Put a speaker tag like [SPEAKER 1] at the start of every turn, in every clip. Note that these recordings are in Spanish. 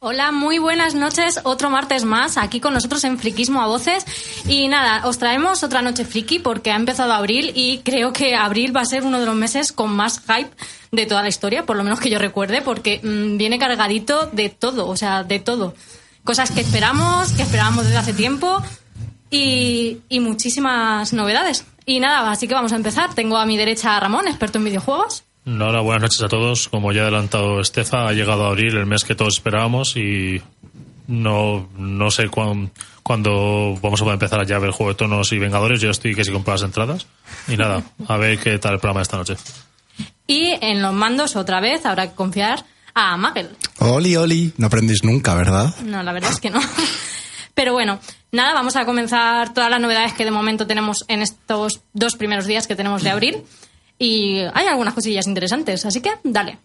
[SPEAKER 1] Hola, muy buenas noches. Otro martes más aquí con nosotros en Friquismo a Voces. Y nada, os traemos otra noche friki porque ha empezado abril y creo que abril va a ser uno de los meses con más hype de toda la historia, por lo menos que yo recuerde, porque mmm, viene cargadito de todo, o sea, de todo. Cosas que esperamos, que esperábamos desde hace tiempo y, y muchísimas novedades. Y nada, así que vamos a empezar. Tengo a mi derecha a Ramón, experto en videojuegos.
[SPEAKER 2] Nora, buenas noches a todos. Como ya ha adelantado Estefa, ha llegado a abril, el mes que todos esperábamos y no, no sé cuán, cuándo vamos a poder empezar ya a ver Juego de Tonos y Vengadores. Yo estoy que si compro las entradas. Y nada, a ver qué tal el programa esta noche.
[SPEAKER 1] Y en los mandos, otra vez, habrá que confiar a Mabel.
[SPEAKER 3] Oli, oli. No aprendéis nunca, ¿verdad?
[SPEAKER 1] No, la verdad es que no. Pero bueno, nada, vamos a comenzar todas las novedades que de momento tenemos en estos dos primeros días que tenemos de abril. Y hay algunas cosillas interesantes, así que dale.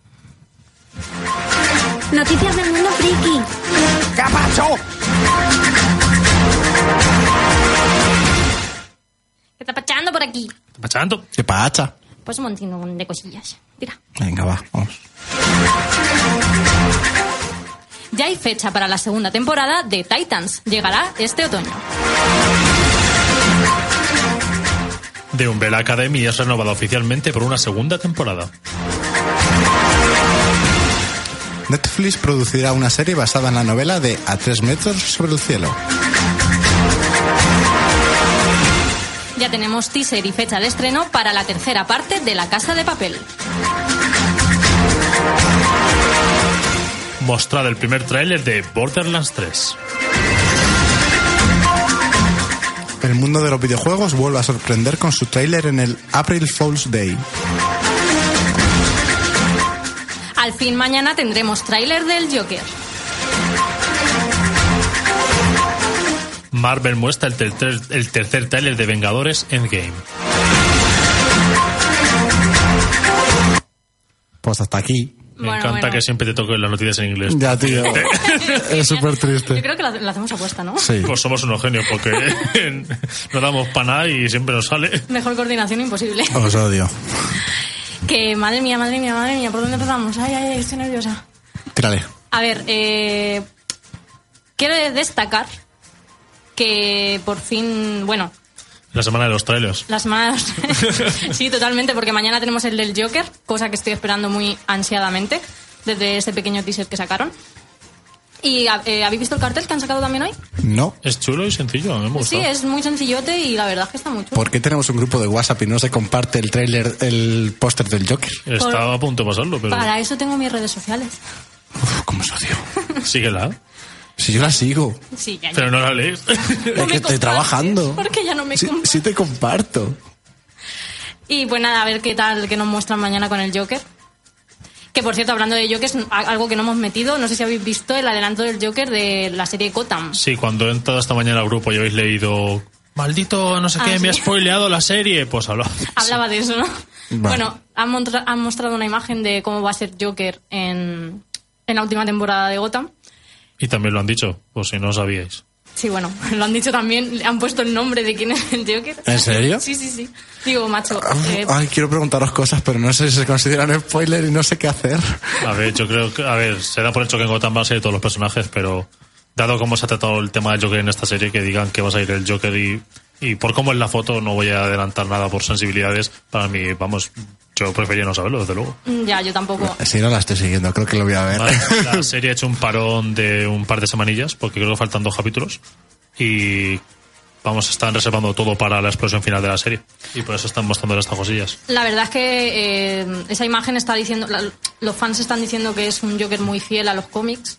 [SPEAKER 4] Noticias del mundo friki.
[SPEAKER 5] ¡Capacho!
[SPEAKER 1] ¿Qué está pachando por aquí?
[SPEAKER 2] Pachando.
[SPEAKER 3] ¿Qué pacha?
[SPEAKER 1] Pues un montón de cosillas. Tira.
[SPEAKER 3] Venga, va, vamos.
[SPEAKER 1] Ya hay fecha para la segunda temporada de Titans. Llegará este otoño.
[SPEAKER 2] De Umbrella Academy es renovada oficialmente por una segunda temporada.
[SPEAKER 3] Netflix producirá una serie basada en la novela de A tres metros sobre el cielo.
[SPEAKER 1] Ya tenemos teaser y fecha de estreno para la tercera parte de La Casa de Papel.
[SPEAKER 2] Mostrado el primer tráiler de Borderlands 3.
[SPEAKER 3] El mundo de los videojuegos vuelve a sorprender con su tráiler en el April Fool's Day.
[SPEAKER 1] Al fin mañana tendremos tráiler del Joker.
[SPEAKER 2] Marvel muestra el, ter- el tercer tráiler de Vengadores Endgame.
[SPEAKER 3] Pues hasta aquí.
[SPEAKER 2] Me
[SPEAKER 1] Bueno,
[SPEAKER 2] encanta
[SPEAKER 1] bueno.
[SPEAKER 2] que siempre te toquen las noticias en inglés.
[SPEAKER 3] Ya, tío. es súper
[SPEAKER 1] Yo
[SPEAKER 3] triste.
[SPEAKER 1] creo que la, la hacemos apuesta, ¿no?
[SPEAKER 3] Sí.
[SPEAKER 2] Pues somos unos genios porque no damos para nada y siempre nos sale.
[SPEAKER 1] Mejor coordinación imposible.
[SPEAKER 3] Os odio.
[SPEAKER 1] Que madre mía, madre mía, madre mía, ¿por dónde empezamos? Ay, ay, ay, estoy nerviosa.
[SPEAKER 3] Tírale.
[SPEAKER 1] A ver, eh, quiero destacar que por fin, bueno,
[SPEAKER 2] La semana de los trailers.
[SPEAKER 1] las más... sí, totalmente, porque mañana tenemos el del Joker, cosa que estoy esperando muy ansiadamente desde ese pequeño teaser que sacaron. ¿Y a- eh, habéis visto el cartel que han sacado también hoy?
[SPEAKER 3] No.
[SPEAKER 2] Es chulo y sencillo, me gusta.
[SPEAKER 1] Sí, es muy sencillote y la verdad es que está mucho.
[SPEAKER 3] ¿Por qué tenemos un grupo de WhatsApp y no se comparte el tráiler, el póster del Joker?
[SPEAKER 2] Estaba a punto de pasarlo, pero
[SPEAKER 1] Para eso tengo mis redes sociales.
[SPEAKER 3] Uf, cómo os odio.
[SPEAKER 2] síguela.
[SPEAKER 3] Si yo la sigo.
[SPEAKER 1] Sí, ya, ya.
[SPEAKER 2] Pero no la lees.
[SPEAKER 1] No
[SPEAKER 3] Es
[SPEAKER 1] me
[SPEAKER 3] que estoy
[SPEAKER 1] compartes,
[SPEAKER 3] trabajando.
[SPEAKER 1] Porque ya no me
[SPEAKER 3] Sí,
[SPEAKER 1] compartes.
[SPEAKER 3] sí te comparto.
[SPEAKER 1] Y pues nada, a ver qué tal que nos muestran mañana con el Joker. Que por cierto, hablando de Jokers, a- algo que no hemos metido, no sé si habéis visto el adelanto del Joker de la serie Gotham.
[SPEAKER 2] Sí, cuando he entrado esta mañana al grupo y habéis leído Maldito, no sé
[SPEAKER 1] Ah,
[SPEAKER 2] qué, me ha
[SPEAKER 1] sí.
[SPEAKER 2] spoileado la serie. Pues habló.
[SPEAKER 1] Hablaba de eso, ¿no?
[SPEAKER 3] Vale.
[SPEAKER 1] Bueno, han, montra- han mostrado una imagen de cómo va a ser Joker en, en la última temporada de Gotham.
[SPEAKER 2] Y también lo han dicho, por si no lo sabíais.
[SPEAKER 1] Sí, bueno, lo han dicho también, le han puesto el nombre de quién es el Joker.
[SPEAKER 3] ¿En serio?
[SPEAKER 1] Sí, sí, sí. Digo, macho, eh,
[SPEAKER 3] Ah, Ay, quiero preguntaros cosas, pero no sé si se consideran spoiler y no sé qué hacer.
[SPEAKER 2] A ver, yo creo que, a ver, se da por hecho que en Gotham va a ser todos los personajes, pero dado cómo se ha tratado el tema del Joker en esta serie, que digan que vas a ir el Joker y, y por cómo es la foto, no voy a adelantar nada por sensibilidades. Para mí, vamos, yo prefería no saberlo, desde luego.
[SPEAKER 1] ya, yo tampoco.
[SPEAKER 3] Si no la estoy siguiendo, creo que lo voy a ver.
[SPEAKER 2] Vale, La serie ha hecho un parón de un par de semanillas, porque creo que faltan dos capítulos. Y vamos, están reservando todo para la explosión final de la serie. Y por eso están mostrando estas cosillas.
[SPEAKER 1] La verdad es que eh, esa imagen está diciendo, la- los fans están diciendo que es un Joker muy fiel a los cómics,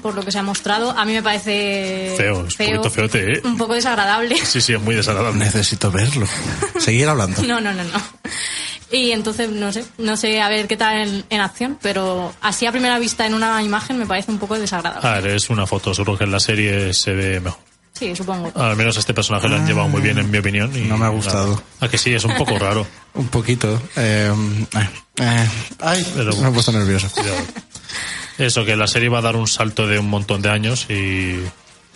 [SPEAKER 1] por lo que se ha mostrado. A mí me parece
[SPEAKER 2] Feo, es un poquito feote, ¿eh?
[SPEAKER 1] un poco desagradable.
[SPEAKER 2] Sí, sí, es muy desagradable.
[SPEAKER 3] Necesito verlo. Seguir hablando.
[SPEAKER 1] No, no, no, no. Y entonces no sé, no sé a ver qué tal en, en acción, pero así a primera vista en una imagen me parece un poco desagradable.
[SPEAKER 2] A ver, es una foto, seguro que en la serie se ve mejor.
[SPEAKER 1] Sí, supongo.
[SPEAKER 2] Al menos a este personaje lo han llevado muy bien, en mi opinión. y
[SPEAKER 3] no me ha gustado.
[SPEAKER 2] nada. A que sí, es un poco raro.
[SPEAKER 3] Un poquito. Eh, eh, eh. ay,
[SPEAKER 2] Pero-
[SPEAKER 3] me he puesto nervioso.
[SPEAKER 2] Cuidado. Eso, que la serie va a dar un salto de un montón de años y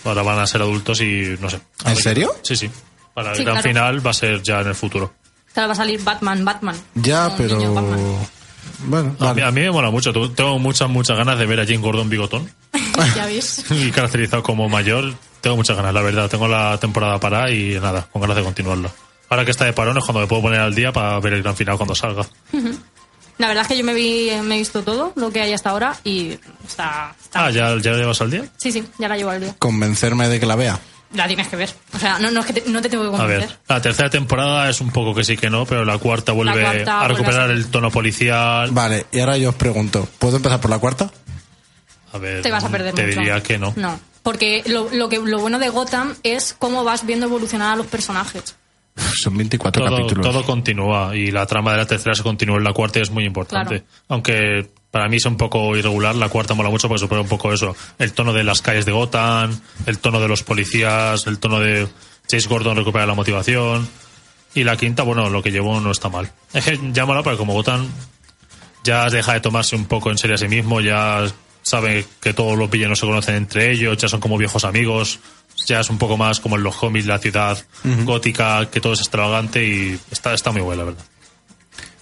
[SPEAKER 2] ahora van a ser adultos y no sé. A
[SPEAKER 3] ¿En
[SPEAKER 2] ver.
[SPEAKER 3] serio?
[SPEAKER 2] Sí, sí. Para el
[SPEAKER 1] Sí,
[SPEAKER 2] gran
[SPEAKER 1] claro.
[SPEAKER 2] final va a ser ya en el futuro.
[SPEAKER 1] Claro, va a salir Batman, Batman.
[SPEAKER 3] Ya,
[SPEAKER 1] Un
[SPEAKER 3] pero...
[SPEAKER 1] niño Ah, Batman.
[SPEAKER 3] Bueno,
[SPEAKER 2] A mí,
[SPEAKER 3] vale.
[SPEAKER 2] a mí me mola mucho. tu- Tengo muchas, muchas ganas de ver a Jim Gordon Bigotón.
[SPEAKER 1] ya ves.
[SPEAKER 2] y caracterizado como mayor, tengo muchas ganas, la verdad. Tengo la temporada parada y nada, con ganas de continuarlo. Ahora que está de parón es cuando me puedo poner al día para ver el gran final cuando salga.
[SPEAKER 1] La verdad es que yo me, vi, me he visto todo lo que hay hasta ahora y está... está
[SPEAKER 2] Ah, ¿ya, ya lo llevas al día?
[SPEAKER 1] Sí, sí, ya la llevo al día.
[SPEAKER 3] Convencerme de que la vea.
[SPEAKER 1] La tienes que ver. O sea, no, no, es que te- no te tengo que
[SPEAKER 2] A
[SPEAKER 1] convencer.
[SPEAKER 2] ver, la tercera temporada es un poco que sí que no, pero la cuarta vuelve
[SPEAKER 1] cuarta
[SPEAKER 2] a
[SPEAKER 1] vuelve a
[SPEAKER 2] recuperar
[SPEAKER 1] ser.
[SPEAKER 2] el tono policial.
[SPEAKER 3] Vale, y ahora yo os pregunto, ¿puedo empezar por la cuarta?
[SPEAKER 2] A ver,
[SPEAKER 1] te vas a perder
[SPEAKER 2] te
[SPEAKER 1] mucho.
[SPEAKER 2] diría que no.
[SPEAKER 1] No, porque lo, lo que, lo bueno de Gotham es cómo vas viendo evolucionar a los personajes.
[SPEAKER 3] Son 24
[SPEAKER 2] Todo,
[SPEAKER 3] capítulos.
[SPEAKER 2] todo continúa y la trama de la tercera se continúa en la cuarta y es muy importante.
[SPEAKER 1] Claro.
[SPEAKER 2] Aunque para mí es un poco irregular, la cuarta mola mucho porque supera un poco eso. El tono de las calles de Gotham, el tono de los policías, el tono de Chase Gordon recupera la motivación. Y la quinta, bueno, lo que llevo no está mal. Es que llámala porque como Gotham ya deja de tomarse un poco en serio a sí mismo, ya saben que todos los villanos se conocen entre ellos, ya son como viejos amigos, ya es un poco más como en los cómics la ciudad gótica, que todo es extravagante y está, está muy buena, la verdad.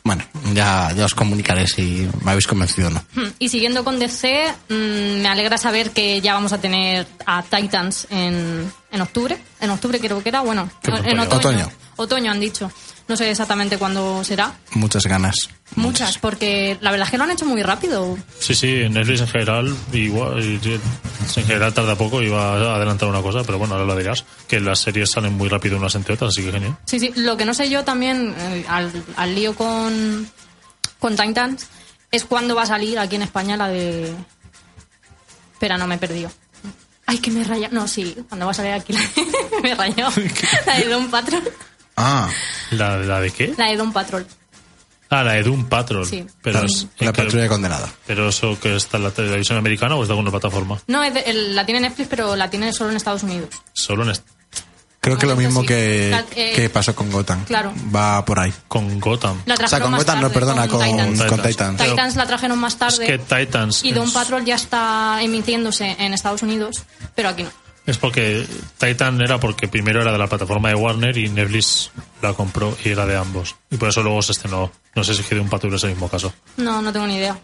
[SPEAKER 3] Bueno, ya, ya os comunicaré si me habéis convencido o no.
[SPEAKER 1] Hmm, Y siguiendo con DC, mm, me alegra saber que ya vamos a tener a Titans en, en octubre. En octubre creo que era, bueno,
[SPEAKER 2] Qué
[SPEAKER 1] en en
[SPEAKER 2] otoño.
[SPEAKER 1] otoño.
[SPEAKER 3] Otoño.
[SPEAKER 1] otoño. han dicho. No sé exactamente cuándo será.
[SPEAKER 3] Muchas ganas.
[SPEAKER 1] Muchas, porque la verdad es que lo han hecho muy rápido.
[SPEAKER 2] Sí, sí, en Netflix en general, igual, y- y- en general tarda poco, iba a adelantar una cosa, pero bueno, ahora lo dirás, que las series salen muy rápido unas entre otras, así que genial.
[SPEAKER 1] Sí, sí. Lo que no sé yo también, eh, al, al lío con, con Titans, es cuándo va a salir aquí en España la de... Espera, no, me he perdido. Ay, que me he rayado. No, sí, cuando va a salir aquí la de... me he rayado. La de Don Patrol.
[SPEAKER 3] Ah,
[SPEAKER 2] ¿La, la de qué?
[SPEAKER 1] La de Don Patrol.
[SPEAKER 2] Ah, la de Doom Patrol.
[SPEAKER 1] Sí.
[SPEAKER 2] Pero,
[SPEAKER 3] la-
[SPEAKER 2] es-
[SPEAKER 3] la
[SPEAKER 2] que-
[SPEAKER 3] patrulla condenada.
[SPEAKER 2] pero eso que está en la televisión americana o es de alguna plataforma.
[SPEAKER 1] No, es de- el- la tiene Netflix, pero la tiene solo en Estados Unidos.
[SPEAKER 2] Solo en est-
[SPEAKER 3] Creo que lo
[SPEAKER 1] Entonces,
[SPEAKER 3] mismo
[SPEAKER 1] sí.
[SPEAKER 3] que,
[SPEAKER 1] La- eh,
[SPEAKER 3] que pasó con Gotham.
[SPEAKER 1] claro.
[SPEAKER 3] Va por ahí.
[SPEAKER 2] con Gotham.
[SPEAKER 1] La
[SPEAKER 3] O sea,
[SPEAKER 1] trajeron
[SPEAKER 3] con
[SPEAKER 1] más
[SPEAKER 3] Gotham, no,
[SPEAKER 1] tarde,
[SPEAKER 3] perdona, con, con,
[SPEAKER 1] Titans.
[SPEAKER 2] Titans.
[SPEAKER 3] Titans.
[SPEAKER 2] Pero-
[SPEAKER 1] Titans la trajeron más
[SPEAKER 2] Es
[SPEAKER 1] tarde.
[SPEAKER 2] que Titans.
[SPEAKER 1] y Don
[SPEAKER 2] es-
[SPEAKER 1] Patrol ya está emitiéndose en Estados Unidos, pero aquí no.
[SPEAKER 2] Es porque Titan era porque primero era de la plataforma de Warner y Netflix la compró y era de ambos. Y por eso luego se estrenó. No sé si es que de un patrón es el mismo caso.
[SPEAKER 1] No, no tengo ni idea.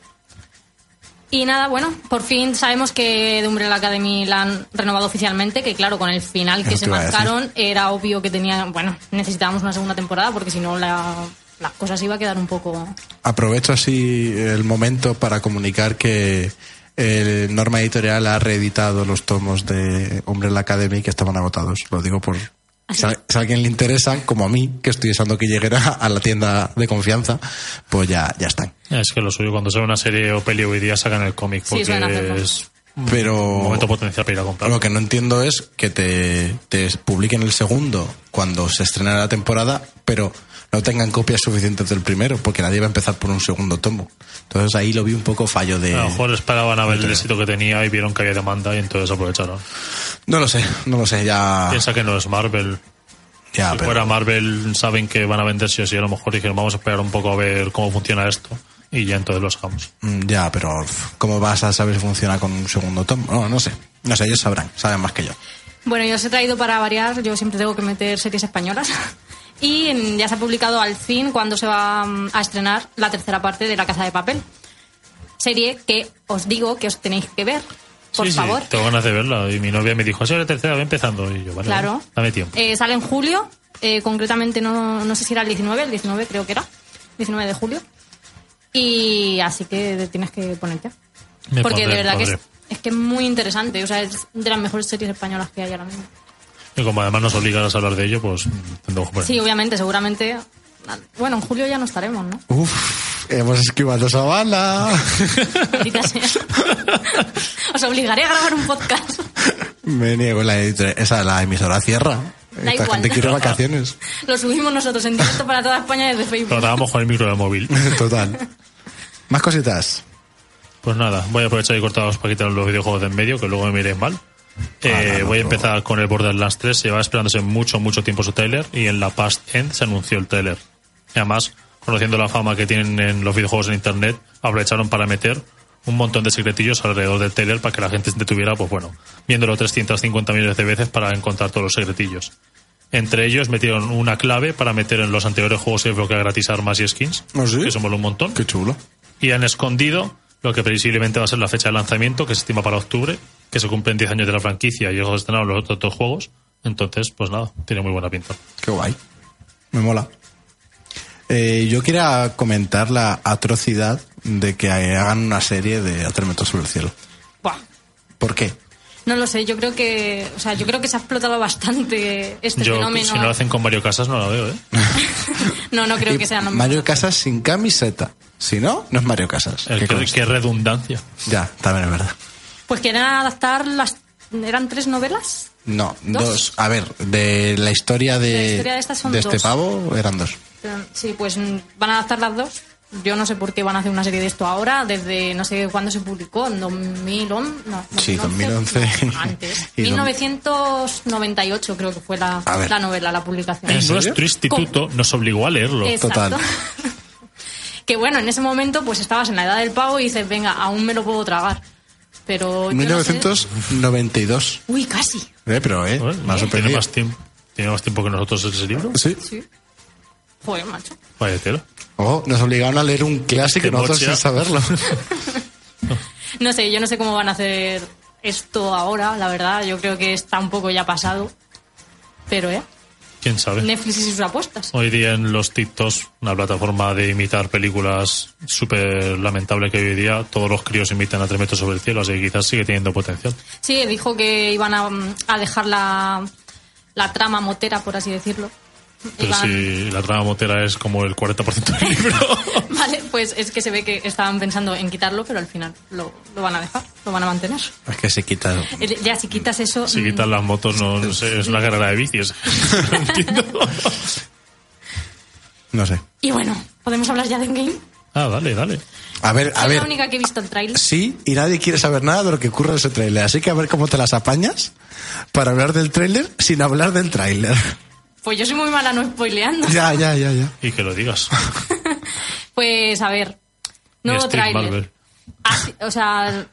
[SPEAKER 1] Y nada, bueno, por fin sabemos que de Umbrella Academy la han renovado oficialmente, que claro, con el final que
[SPEAKER 3] Eso
[SPEAKER 1] se
[SPEAKER 3] te iba a decir.
[SPEAKER 1] marcaron era obvio que tenía, bueno, necesitábamos una segunda temporada porque si no la, las cosas iba a quedar un poco...
[SPEAKER 3] Aprovecho así el momento para comunicar que el Norma Editorial ha reeditado los tomos de Hombre la Academy que estaban agotados. Lo digo por...
[SPEAKER 1] ¿Ah,
[SPEAKER 3] Si a, si a alguien le interesa, como a mí, que estoy deseando que lleguen a, a la tienda de confianza, pues ya, ya están.
[SPEAKER 2] Es que lo suyo cuando sale una serie o peli hoy día sacan el cómic
[SPEAKER 1] Sí,
[SPEAKER 2] porque
[SPEAKER 1] suelen hacerlo.
[SPEAKER 2] es un
[SPEAKER 3] Pero
[SPEAKER 2] momento potencial para ir a comprar.
[SPEAKER 3] lo que no entiendo es que te, te publiquen el segundo cuando se estrena la temporada, pero no tengan copias suficientes del primero, porque nadie va a empezar por un segundo tomo. Entonces ahí lo vi un poco fallo de...
[SPEAKER 2] A lo mejor esperaban a ver el éxito que tenía y vieron que había demanda y entonces aprovecharon.
[SPEAKER 3] No lo sé, no lo sé, ya...
[SPEAKER 2] Piensa que no es Marvel.
[SPEAKER 3] ya
[SPEAKER 2] si
[SPEAKER 3] Ah. pero-
[SPEAKER 2] fuera Marvel saben que van a venderse así a lo mejor dijeron vamos a esperar un poco a ver cómo funciona esto y ya entonces lo sacamos.
[SPEAKER 3] Mm, Ya, pero pf, ¿cómo vas a saber si funciona con un segundo tomo? No, no sé. No sé, ellos sabrán, saben más que yo.
[SPEAKER 1] Bueno, yo os he traído para variar, yo siempre tengo que meter series españolas. Y mm, ya se ha publicado al fin cuando se va mm, a estrenar la tercera parte de La Casa de Papel. Serie que os digo que os tenéis que ver, por
[SPEAKER 2] Sí, sí,
[SPEAKER 1] favor.
[SPEAKER 2] tengo ganas de verla. Y mi novia me dijo, así la tercera, va empezando. Y yo, vale,
[SPEAKER 1] Claro.
[SPEAKER 2] vale, dame tiempo.
[SPEAKER 1] Eh, sale en julio, eh, concretamente no, no sé si era el 19, el 19 creo que era, 19 de julio. Y así que te tienes que ponerte.
[SPEAKER 2] Me
[SPEAKER 1] Porque
[SPEAKER 2] pondré,
[SPEAKER 1] de verdad
[SPEAKER 2] me
[SPEAKER 1] que es,
[SPEAKER 2] pondré.
[SPEAKER 1] es que es muy interesante, o sea, es de las mejores series españolas que hay ahora mismo.
[SPEAKER 2] Y como además nos obligas a hablar de ello, pues tendré que poner.
[SPEAKER 1] Sí, obviamente, seguramente. Bueno, en julio ya no estaremos, ¿no?
[SPEAKER 3] Uf, hemos esquivado esa bala.
[SPEAKER 1] Maldita sea. Os obligaré a grabar un podcast.
[SPEAKER 3] Me niego la editor- esa la emisora cierra.
[SPEAKER 1] Da
[SPEAKER 3] Esta
[SPEAKER 1] igual.
[SPEAKER 3] gente quiere vacaciones.
[SPEAKER 1] Lo subimos nosotros en directo para toda España desde
[SPEAKER 2] Lo
[SPEAKER 1] Facebook.
[SPEAKER 2] grabamos con el micro del móvil.
[SPEAKER 3] Total. Más cositas.
[SPEAKER 2] Pues nada, voy a aprovechar y cortaros para quitar los videojuegos de en medio, que luego me miréis mal. Eh,
[SPEAKER 3] Ah, no,
[SPEAKER 2] voy a
[SPEAKER 3] no.
[SPEAKER 2] empezar con el Borderlands 3. Se lleva esperándose mucho, mucho tiempo su trailer y en la Past End se anunció el trailer. Y además, conociendo la fama que tienen en los videojuegos en Internet, aprovecharon para meter un montón de secretillos alrededor del trailer para que la gente se detuviera, pues bueno, viéndolo 350 millones de veces para encontrar todos los secretillos. Entre ellos metieron una clave para meter en los anteriores juegos y desbloquear gratis armas y skins,
[SPEAKER 3] ¿Ah, sí?
[SPEAKER 2] que somos un montón
[SPEAKER 3] Qué chulo.
[SPEAKER 2] y han escondido lo que previsiblemente va a ser la fecha de lanzamiento, que se estima para octubre, que se cumplen 10 años de la franquicia y ellos estrenaron los otros dos juegos. Entonces, pues nada, tiene muy buena pinta.
[SPEAKER 3] Qué guay. Me mola. Eh, yo quería comentar la atrocidad de que hagan una serie de A Tres Metros sobre el Cielo.
[SPEAKER 1] Buah,
[SPEAKER 3] ¿Por qué?
[SPEAKER 1] no lo sé, yo creo que, o sea, yo creo que se ha explotado bastante este
[SPEAKER 2] Yo,
[SPEAKER 1] fenómeno.
[SPEAKER 2] si no lo hacen con Mario Casas, no la veo, ¿eh?
[SPEAKER 3] Ah,
[SPEAKER 1] no, no creo
[SPEAKER 3] Y
[SPEAKER 1] que sea nombrado.
[SPEAKER 3] Mario Casas sin camiseta. Si no, no es Mario Casas.
[SPEAKER 2] El
[SPEAKER 3] Que
[SPEAKER 2] que-
[SPEAKER 3] conste.
[SPEAKER 2] qué redundancia.
[SPEAKER 3] Ya, también es verdad.
[SPEAKER 1] Pues quieren adaptar las eran tres novelas.
[SPEAKER 3] No,
[SPEAKER 1] ¿Dos?
[SPEAKER 3] ¿Dos? A ver, de la historia de,
[SPEAKER 1] La historia de estas son
[SPEAKER 3] de este
[SPEAKER 1] dos.
[SPEAKER 3] pavo eran dos.
[SPEAKER 1] Pero, Sí, pues mm, van a adaptar las dos. Yo no sé por qué van a hacer una serie de esto ahora, desde no sé cuándo se publicó, en 2011, no,
[SPEAKER 3] Sí, 2011.
[SPEAKER 1] no, antes.
[SPEAKER 3] Y dos-
[SPEAKER 1] 1998 creo que fue la,
[SPEAKER 3] A ver.
[SPEAKER 1] la novela, la publicación.
[SPEAKER 3] ¿En serio?
[SPEAKER 2] Nuestro instituto nos obligó a leerlo.
[SPEAKER 1] Exacto.
[SPEAKER 3] Total.
[SPEAKER 1] que bueno, en ese momento pues estabas en la edad del pavo y dices, venga, aún me lo puedo tragar. Pero Pues yo no sé-
[SPEAKER 3] 1992.
[SPEAKER 1] Uy, casi.
[SPEAKER 3] Eh, pero, eh,
[SPEAKER 2] Bueno,
[SPEAKER 3] me ha
[SPEAKER 2] tiene,
[SPEAKER 3] sorprendido.
[SPEAKER 2] más tiempo, tiene más tiempo que nosotros ese libro.
[SPEAKER 3] Sí.
[SPEAKER 1] Sí. Joder, macho.
[SPEAKER 2] Vaya tela.
[SPEAKER 3] Ojo, Oh, nos obligaron a leer un clásico
[SPEAKER 2] Qué
[SPEAKER 3] nosotros
[SPEAKER 2] mocha.
[SPEAKER 3] sin saberlo.
[SPEAKER 1] No sé, yo no sé cómo van a hacer esto ahora, la verdad. Yo creo que está un poco ya pasado. Pero, ¿eh?
[SPEAKER 2] ¿Quién sabe?
[SPEAKER 1] Netflix y sus apuestas.
[SPEAKER 2] Hoy día en los TikToks, una plataforma de imitar películas súper lamentable que hoy día todos los críos imitan a tres metros sobre el cielo, así que quizás sigue teniendo potencial.
[SPEAKER 1] Sí, dijo que iban a, mm, a dejar la, la trama motera, por así decirlo.
[SPEAKER 2] Pero
[SPEAKER 1] Iban-
[SPEAKER 2] si la trama motera es como el 40% del libro.
[SPEAKER 1] Vale, pues es que se ve que estaban pensando en quitarlo, pero al final lo, lo van a dejar, lo van a mantener.
[SPEAKER 3] es que se quitaron.
[SPEAKER 1] Eh, Ya, si quitas eso...
[SPEAKER 2] si
[SPEAKER 1] mm,
[SPEAKER 2] quitan las motos, no, no sé, es una carrera de bicis. No entiendo.
[SPEAKER 3] No sé.
[SPEAKER 1] Y bueno, ¿podemos hablar ya de Endgame?
[SPEAKER 2] Ah, dale, dale.
[SPEAKER 3] A ver, a
[SPEAKER 1] Soy
[SPEAKER 3] ver.
[SPEAKER 1] la única que he visto el tráiler.
[SPEAKER 3] Sí, y nadie quiere saber nada de lo que ocurre en ese tráiler. Así que a ver cómo te las apañas para hablar del tráiler sin hablar del tráiler.
[SPEAKER 1] Pues yo soy muy mala no spoileando.
[SPEAKER 3] ya, ya, ya, ya.
[SPEAKER 2] Y que lo digas.
[SPEAKER 1] Pues a ver,
[SPEAKER 2] Ni
[SPEAKER 1] nuevo
[SPEAKER 2] Steve Marvel.
[SPEAKER 1] tráiler. Así- O sea,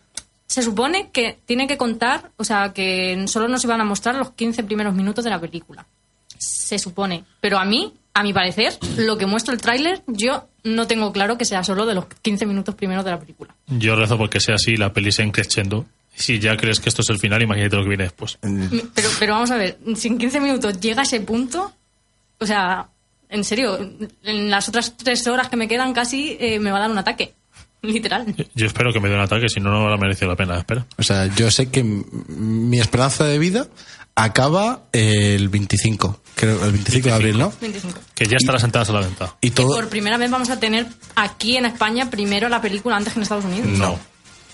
[SPEAKER 1] se supone que tiene que contar, o sea, que solo nos iban a mostrar los 15 primeros minutos de la película. Se supone. Pero a mí, a mi parecer, lo que muestra el tráiler, yo no tengo claro que sea solo de los 15 minutos primeros de la película.
[SPEAKER 2] Yo rezo porque sea así, la peli se encrechendo. Si ya crees que esto es el final, imagínate lo que viene después.
[SPEAKER 1] Mi- Pero, pero vamos a ver, si en 15 minutos llega a ese punto, o sea, en serio, en las otras tres horas que me quedan casi eh, me va a dar un ataque. Literal.
[SPEAKER 2] Yo espero que me dé un ataque, si no, no habrá merecido la pena. Espera.
[SPEAKER 3] O sea, yo sé que m- mi esperanza de vida acaba el 25, creo, el 25 de abril, ¿no?
[SPEAKER 1] 25.
[SPEAKER 2] Que ya estará sentadas a la venta.
[SPEAKER 3] Y
[SPEAKER 1] Que
[SPEAKER 3] todo
[SPEAKER 1] por primera vez vamos a tener aquí en España primero la película antes que en Estados Unidos.
[SPEAKER 2] No.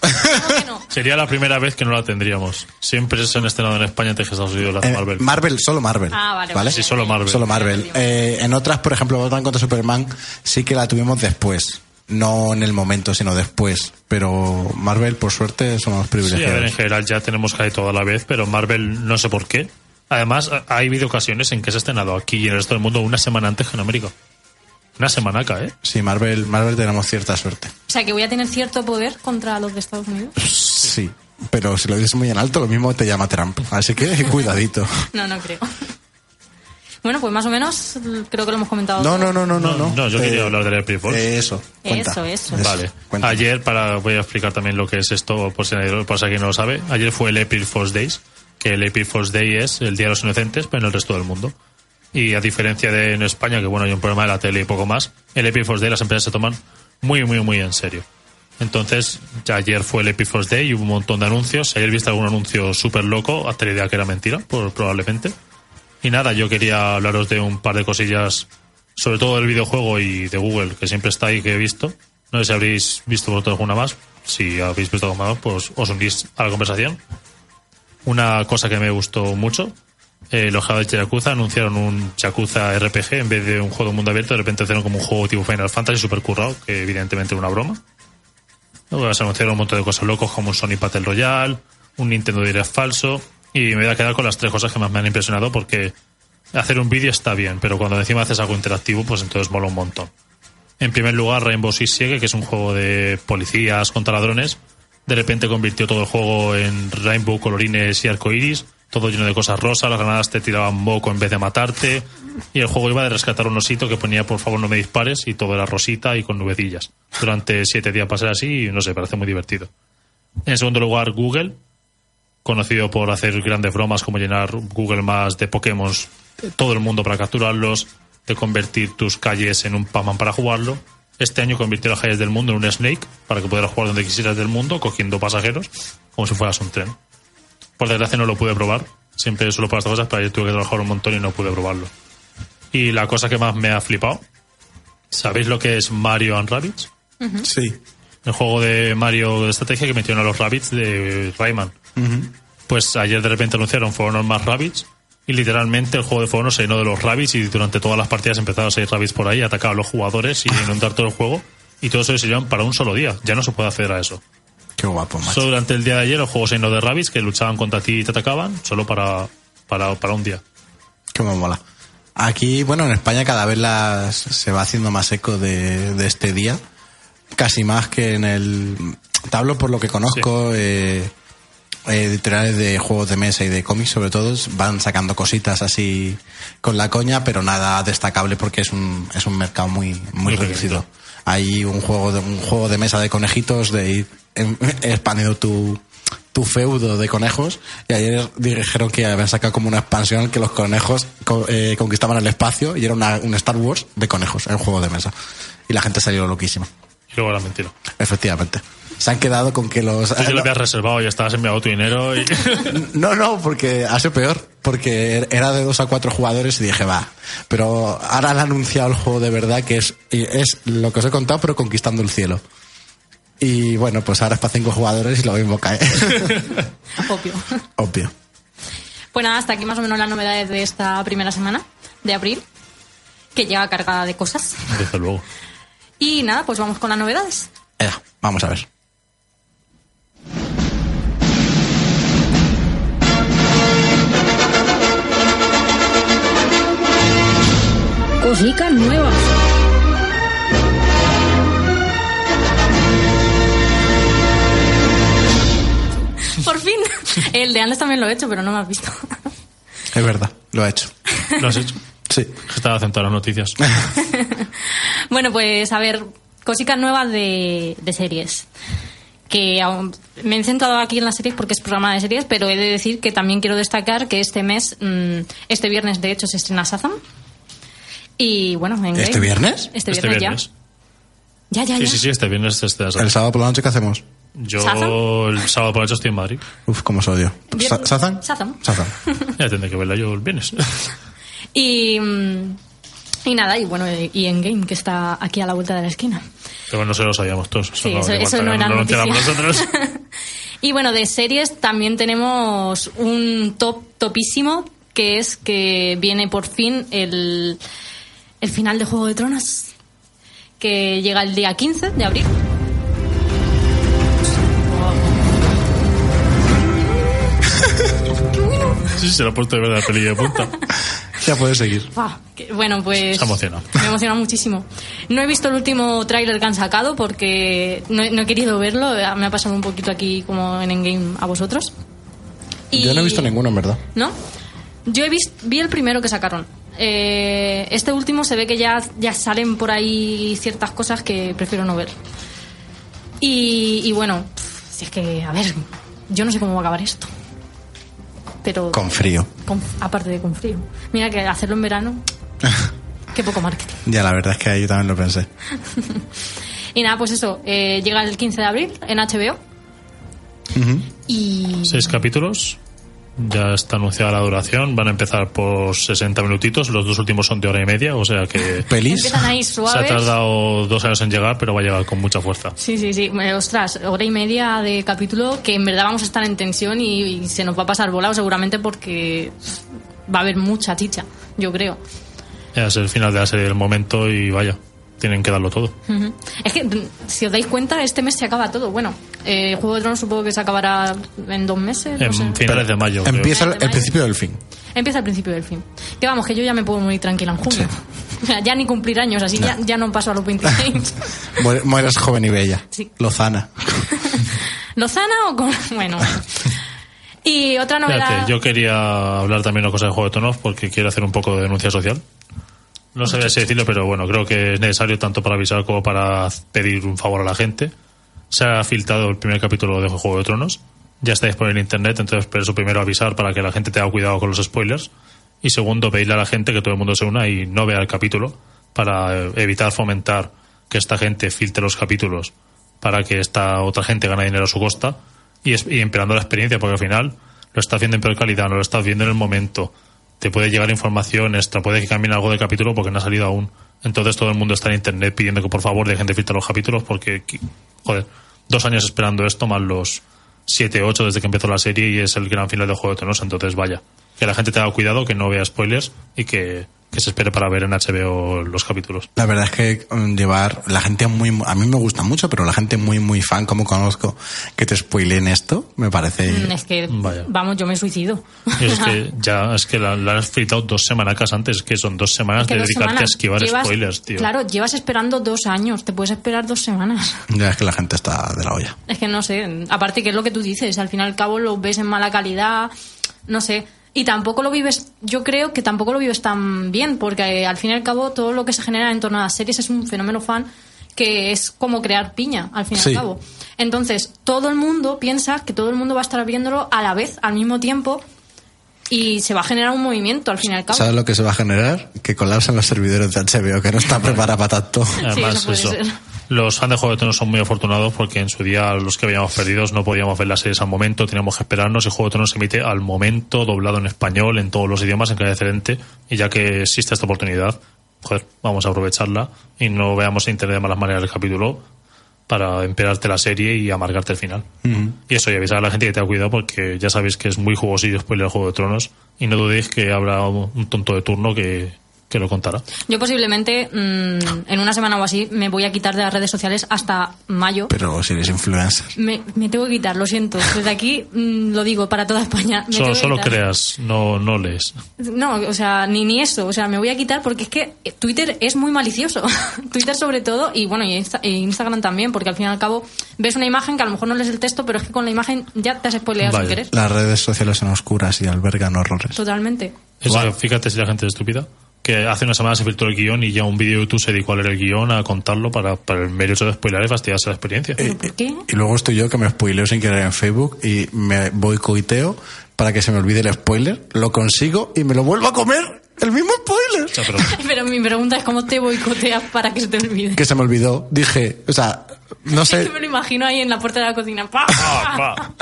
[SPEAKER 1] ¿Cómo que no?
[SPEAKER 2] Sería la primera vez que no la tendríamos. Siempre se han estrenado en España antes que Estados Unidos las
[SPEAKER 3] eh,
[SPEAKER 2] Marvel.
[SPEAKER 3] solo Marvel.
[SPEAKER 1] Ah, vale,
[SPEAKER 3] ¿vale?
[SPEAKER 1] vale.
[SPEAKER 2] Sí, solo Marvel.
[SPEAKER 3] Solo Marvel. Eh, en otras, por ejemplo, Batman contra Superman sí que la tuvimos después. No en el momento, sino después. Pero Marvel, por suerte, somos
[SPEAKER 2] Sí, a ver, en
[SPEAKER 3] privilegiados.
[SPEAKER 2] general ya tenemos casi toda la vez, pero Marvel no sé por qué. Además, ha- ha habido ocasiones en que se ha estrenado aquí y en el resto del mundo una semana antes que en América. Una semanaca, ¿eh?
[SPEAKER 3] Sí, Marvel, Marvel tenemos cierta suerte.
[SPEAKER 1] O sea, que voy a tener cierto poder contra los de Estados Unidos.
[SPEAKER 3] Sí. Pero si lo dices muy en alto, lo mismo te llama Trump. Así que cuidadito.
[SPEAKER 1] No, no creo. Bueno, pues más o menos l- creo que lo hemos comentado.
[SPEAKER 3] No,
[SPEAKER 1] todo.
[SPEAKER 3] no, no, no, no.
[SPEAKER 2] No, no, yo quería hablar del April Fools.
[SPEAKER 3] eh, eso. cuenta.
[SPEAKER 1] Eso, eso.
[SPEAKER 2] Vale. Ah,
[SPEAKER 3] cuenta.
[SPEAKER 2] Ayer, para, voy a explicar también lo que es esto, por si, nadie- por si alguien no lo sabe. Ayer fue el April Fool's Days, que el April Fool's Day es el Día de los Inocentes, pero en el resto del mundo. Y a diferencia de en España, que bueno, hay un problema de la tele y poco más, el April Fool's Day las empresas se toman muy, muy, muy en serio. Entonces, ya ayer fue el April Fool's Day y hubo un montón de anuncios. Si ayer viste algún anuncio súper loco, hazte la idea que era mentira, por, probablemente. Y nada, yo quería hablaros de un par de cosillas, sobre todo del videojuego y de Google, que siempre está ahí que he visto. No sé si habréis visto vosotros alguna más. Si habéis visto alguna más, pues os unís a la conversación. Una cosa que me gustó mucho, eh, los creadores de Yakuza anunciaron un Yakuza RPG en vez de un juego de mundo abierto, de repente hicieron como un juego tipo Final Fantasy super currado, que evidentemente era una broma. Luego se anunciaron un montón de cosas locos como un Sony Battle Royale, un Nintendo Direct falso. Y me voy a quedar con las tres cosas que más me han impresionado porque hacer un vídeo está bien, pero cuando encima haces algo interactivo, pues entonces mola un montón. En primer lugar, Rainbow Six Siege, que es un juego de policías contra ladrones, de repente convirtió todo el juego en Rainbow, colorines y arcoiris, todo lleno de cosas rosas, las granadas te tiraban moco en vez de matarte, y el juego iba de rescatar un osito que ponía por favor no me dispares, y todo era rosita y con nubecillas. Durante siete días pasé así y no sé, parece muy divertido. En segundo lugar, Google, conocido por hacer grandes bromas como llenar Google Maps de Pokémon, todo el mundo para capturarlos, de convertir tus calles en un Pac-Man para jugarlo. Este año convirtió las calles del mundo en un Snake para que pudieras jugar donde quisieras del mundo, cogiendo pasajeros, como si fueras un tren. Por desgracia no lo pude probar, siempre solo para estas cosas, pero yo tuve que trabajar un montón y no pude probarlo. Y la cosa que más me ha flipado, ¿sabéis lo que es Mario and Rabbids?
[SPEAKER 3] Sí.
[SPEAKER 2] el juego de Mario de estrategia que metieron a los Rabbits de Rayman. Pues ayer de repente anunciaron For Honor más Rabbits y literalmente el juego de For Honor se llenó de los Rabbits y durante todas las partidas empezaron a salir Rabbits por ahí, atacar a los jugadores y inundar todo el juego y todo eso se llevan para un solo día. Ya no se puede acceder a eso.
[SPEAKER 3] Qué guapo, macho.
[SPEAKER 2] Solo durante el día de ayer el juego se llenó de Rabbits que luchaban contra ti y te atacaban solo para, para, para un día.
[SPEAKER 3] Qué me mola. Aquí, bueno, en España cada vez las- se va haciendo más eco de, de este día. Casi más que en el... Te hablo por lo que conozco, eh, editoriales de juegos de mesa y de cómics sobre todo van sacando cositas así con la coña, pero nada destacable porque es un, es un mercado muy, muy
[SPEAKER 2] Muy pequeñito.
[SPEAKER 3] reducido. Hay un juego de, un juego de mesa de conejitos de ir em- expandiendo tu, tu feudo de conejos y ayer dijeron que habían sacado como una expansión que los conejos co- eh, conquistaban el espacio y era una, un Star Wars de conejos, el juego de mesa. Y la gente salió loquísima.
[SPEAKER 2] Y luego era mentira.
[SPEAKER 3] Efectivamente. Se han quedado con que los...
[SPEAKER 2] Tú ya lo habías reservado y estabas enviado tu dinero y...
[SPEAKER 3] No, no, porque ha sido peor. Porque er- era de dos a cuatro jugadores y dije, va. Pero ahora han anunciado el juego de verdad que es, y es lo que os he contado, pero conquistando el cielo. Y bueno, pues ahora es para cinco jugadores y lo mismo cae.
[SPEAKER 1] Obvio.
[SPEAKER 3] Obvio.
[SPEAKER 1] Pues nada, hasta aquí más o menos las novedades de esta primera semana de abril, que llega cargada de cosas.
[SPEAKER 2] Desde luego.
[SPEAKER 1] Y nada, pues vamos con las novedades.
[SPEAKER 3] Ea, vamos a ver.
[SPEAKER 4] Cositas nuevas.
[SPEAKER 1] Por fin. El de antes también lo he hecho, pero no me has visto.
[SPEAKER 3] Es verdad, lo ha hecho.
[SPEAKER 2] ¿Lo has hecho?
[SPEAKER 3] Sí.
[SPEAKER 2] Estaba centrado en las noticias.
[SPEAKER 1] Bueno, pues a ver, cositas nuevas de, de series. Que aún- me he centrado aquí en las series porque es programa de series, pero he de decir que también quiero destacar que este mes, mm, este viernes de hecho, se estrena Shazam. Y bueno, en
[SPEAKER 3] ¿Este
[SPEAKER 1] Grey.
[SPEAKER 3] viernes?
[SPEAKER 1] Este viernes, ya. Ya, ya,
[SPEAKER 2] Sí,
[SPEAKER 1] ya.
[SPEAKER 2] sí, sí, este viernes este
[SPEAKER 3] El sábado por la noche, ¿qué hacemos?
[SPEAKER 2] Yo
[SPEAKER 1] ¿Sazan?
[SPEAKER 2] el sábado por la noche estoy en Madrid.
[SPEAKER 3] Uf, cómo os odio.
[SPEAKER 1] Bien.
[SPEAKER 3] Sa- ¿Sazan?
[SPEAKER 1] Sazan.
[SPEAKER 3] Sazan.
[SPEAKER 2] Ya tendré que verla yo el viernes.
[SPEAKER 1] Y, mm, y nada, y bueno, y en Game, que está aquí a la vuelta de la esquina.
[SPEAKER 2] Pero no se lo sabíamos todos.
[SPEAKER 1] Sí, eso-
[SPEAKER 2] igual
[SPEAKER 1] eso no
[SPEAKER 2] también
[SPEAKER 1] era
[SPEAKER 2] lo enteramos
[SPEAKER 1] noticia.
[SPEAKER 2] nosotros.
[SPEAKER 1] Y bueno, de series también tenemos un top topísimo, que es que viene por fin el, el final de Juego de Tronos, que llega el día 15 de abril.
[SPEAKER 2] Sí, se lo ha puesto de verdad el pelillo de punta.
[SPEAKER 3] Ya puedes seguir.
[SPEAKER 1] Buah, que- Bueno, pues...
[SPEAKER 2] Se emociona.
[SPEAKER 1] Me emociona muchísimo. No he visto el último tráiler que han sacado porque no, he- no he querido verlo. eh, Me ha pasado un poquito aquí como en Endgame a vosotros. Y-
[SPEAKER 3] Yo no he visto ninguno, en verdad.
[SPEAKER 1] ¿no? Yo he vis- vi el primero que sacaron. Eh, este último se ve que ya, ya salen por ahí ciertas cosas que prefiero no ver. Y, y bueno, pff, si es que, a ver, yo no sé cómo va a acabar esto. Pero,
[SPEAKER 3] Con frío.
[SPEAKER 1] con- aparte de con frío. Mira que hacerlo en verano, qué poco marketing.
[SPEAKER 3] Ya, la verdad es que yo también lo pensé.
[SPEAKER 1] Y nada, pues eso, eh, llega el 15 de abril en HBO. Y
[SPEAKER 2] Seis capítulos. Ya está anunciada la duración. Van a empezar por 60 minutitos. Los dos últimos son de hora y media. O sea que
[SPEAKER 3] ¿Pelis?
[SPEAKER 1] empiezan ahí
[SPEAKER 2] se ha
[SPEAKER 1] suaves.
[SPEAKER 2] tardado dos años en llegar, pero va a llegar con mucha fuerza.
[SPEAKER 1] Sí, sí, sí. Eh, Ostras, hora y media de capítulo que en verdad vamos a estar en tensión y, y se nos va a pasar volado seguramente porque va a haber mucha chicha, yo creo.
[SPEAKER 2] Ya es el final de la serie del momento y vaya, tienen que darlo todo.
[SPEAKER 1] Ujú. Es que, mm, si os dais cuenta, este mes se acaba todo. Bueno, eh, Juego de Tronos supongo que se acabará en dos meses. Pues no
[SPEAKER 2] En
[SPEAKER 1] sé.
[SPEAKER 2] finales de mayo. creo.
[SPEAKER 3] Empieza el,
[SPEAKER 1] Mayo.
[SPEAKER 3] el principio del fin.
[SPEAKER 1] Empieza al principio del fin. Que vamos, que yo ya me puedo morir tranquila en junio. O sea, ya ni cumplir años, así ya, ya no paso a los 26.
[SPEAKER 3] Muer- Mueres joven y bella.
[SPEAKER 1] Sí.
[SPEAKER 3] Lozana.
[SPEAKER 1] ¿Lozana o con...? Bueno. Y otra novedad...
[SPEAKER 2] Espérate, yo quería hablar también una cosa de Juego de Tronos porque quiero hacer un poco de denuncia social. No sabía si decirlo, pero bueno, creo que es necesario tanto para avisar como para pedir un favor a la gente. Se ha filtrado el primer capítulo de Juego de Tronos. ya está disponible en internet, entonces por eso primero avisar para que la gente tenga cuidado con los spoilers y segundo pedirle a la gente que todo el mundo se una y no vea el capítulo para eh, evitar fomentar que esta gente filtre los capítulos para que esta otra gente gane dinero a su costa y, es, y empeorando la experiencia porque al final lo estás viendo en peor calidad, no lo estás viendo en el momento, te puede llegar información extra, puede que cambien algo del capítulo porque no ha salido aún. Entonces todo el mundo está en internet pidiendo que por favor dejen de filtrar los capítulos porque, joder, dos años esperando esto más los siete, ocho desde que empezó la serie y es el gran final del Juego de Tronos. Entonces vaya, que la gente tenga cuidado, que no vea spoilers y que, que se espere para ver en HBO los capítulos.
[SPEAKER 3] La verdad es que mm, llevar la gente muy, a mí me gusta mucho, pero la gente muy, muy fan, como conozco, que te spoilen esto, me parece.
[SPEAKER 1] mm, Es que, Vaya. vamos, yo me suicido.
[SPEAKER 2] Es que ya, es que la, la has fritado dos semanacas antes, que son dos semanas es que de dos dedicarte semanas. a esquivar
[SPEAKER 1] llevas,
[SPEAKER 2] spoilers, tío.
[SPEAKER 1] Claro, llevas esperando dos años, te puedes esperar dos semanas.
[SPEAKER 3] Ya es que la gente está de la olla.
[SPEAKER 1] Es que no sé, aparte que es lo que tú dices, al fin y al cabo lo ves en mala calidad, no sé y tampoco lo vives, yo creo que tampoco lo vives tan bien, porque eh, al fin y al cabo todo lo que se genera en torno a las series es un fenómeno fan que es como crear piña, al fin y sí. al cabo. Entonces, todo el mundo piensa que todo el mundo va a estar viéndolo a la vez, al mismo tiempo, y se va a generar un movimiento al fin y al cabo.
[SPEAKER 3] ¿Sabes lo que se va a generar? Que colapsan los servidores de HBO, que no están preparados para tanto.
[SPEAKER 2] Además, sí, eso. eso. Los fans de Juego de Tronos son muy afortunados porque en su día los que habíamos perdidos no podíamos ver las series al momento, teníamos que esperarnos y Juego de Tronos se emite al momento, doblado en español, en todos los idiomas, en clave excelente. Y ya que existe esta oportunidad, joder, vamos a aprovecharla y no veamos en internet de malas maneras el capítulo para empeorarte la serie y amargarte el final. Uh -huh. Y eso, y avisar a la gente que tenga cuidado porque ya sabéis que es muy jugosillo spoiler el Juego de Tronos y no dudéis que habrá un tonto de turno que, que lo contará.
[SPEAKER 1] Yo posiblemente mmm, en una semana o así me voy a quitar de las redes sociales hasta mayo.
[SPEAKER 3] Pero si eres influencer.
[SPEAKER 1] Me, me tengo que quitar, lo siento. Desde aquí mmm, lo digo para toda España. Me
[SPEAKER 2] solo, solo
[SPEAKER 1] quitar.
[SPEAKER 2] creas, no, no lees.
[SPEAKER 1] No, o sea, ni, ni eso. O sea, me voy a quitar porque es que eh, Twitter es muy malicioso. Twitter sobre todo y bueno, y, Insta, y Instagram también, porque al fin y al cabo ves una imagen que a lo mejor no lees el texto, pero es que con la imagen ya te has spoileado sin querer.
[SPEAKER 3] Las redes sociales son oscuras y albergan horrores.
[SPEAKER 1] Totalmente.
[SPEAKER 2] Eso, wow. fíjate si la gente es estúpida que hace una semana se filtró el guión y ya un vídeo de YouTube se dedicó a leer el guión, a contarlo para, para el mero hecho de spoiler y fastidiarse la experiencia.
[SPEAKER 3] Eh.
[SPEAKER 1] ¿Pero por qué?
[SPEAKER 3] Y luego estoy yo que me spoileo sin querer en Facebook y me boicoiteo para que se me olvide el spoiler, lo consigo y me lo vuelvo a comer. El mismo spoiler.
[SPEAKER 1] No, pero... pero... mi pregunta es cómo te boicoteas para que se te olvide.
[SPEAKER 3] Que se me olvidó. Dije, o sea, no sé.
[SPEAKER 1] Es que me lo imagino ahí en la puerta de la cocina. ¡Pa!
[SPEAKER 2] ah,
[SPEAKER 3] ¡Pa!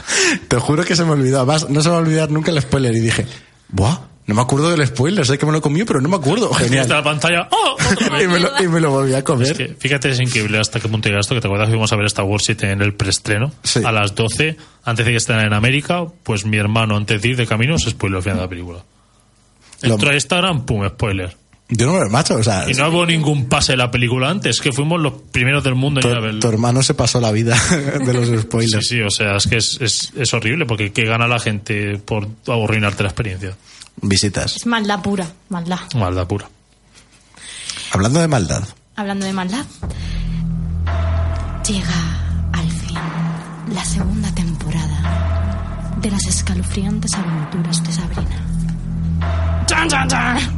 [SPEAKER 3] te juro que se me olvidó. Además, no se me va a olvidar nunca el spoiler. Y dije, ¡buah! No me acuerdo del spoiler, sé que me lo comió, pero no me acuerdo. Genial.
[SPEAKER 2] la pantalla. ¡Oh!
[SPEAKER 3] y, me lo, y, me lo, volví a comer.
[SPEAKER 2] Es que, fíjate, es increíble hasta qué punto llega esto. Que te acuerdas que íbamos a ver esta Wars en el preestreno
[SPEAKER 3] sí.
[SPEAKER 2] a las 12, antes de que estén en América. Pues mi hermano, antes de ir de camino, se spoiló al final de la película. Entró lo... a Instagram, pum, spoiler.
[SPEAKER 3] Yo no me macho, o sea.
[SPEAKER 2] Y no hubo ningún pase de la película antes, que fuimos los primeros del mundo
[SPEAKER 3] tu,
[SPEAKER 2] en ir a ver.
[SPEAKER 3] Tu hermano se pasó la vida de los spoilers.
[SPEAKER 2] Sí, sí, o sea, es que es, es, es horrible, porque ¿qué gana la gente por arruinarte la experiencia?
[SPEAKER 3] visitas.
[SPEAKER 1] Es maldad pura, maldad.
[SPEAKER 2] Maldad pura.
[SPEAKER 3] Hablando de maldad.
[SPEAKER 1] Hablando de maldad. Llega al fin la segunda temporada de las escalofriantes aventuras de Sabrina.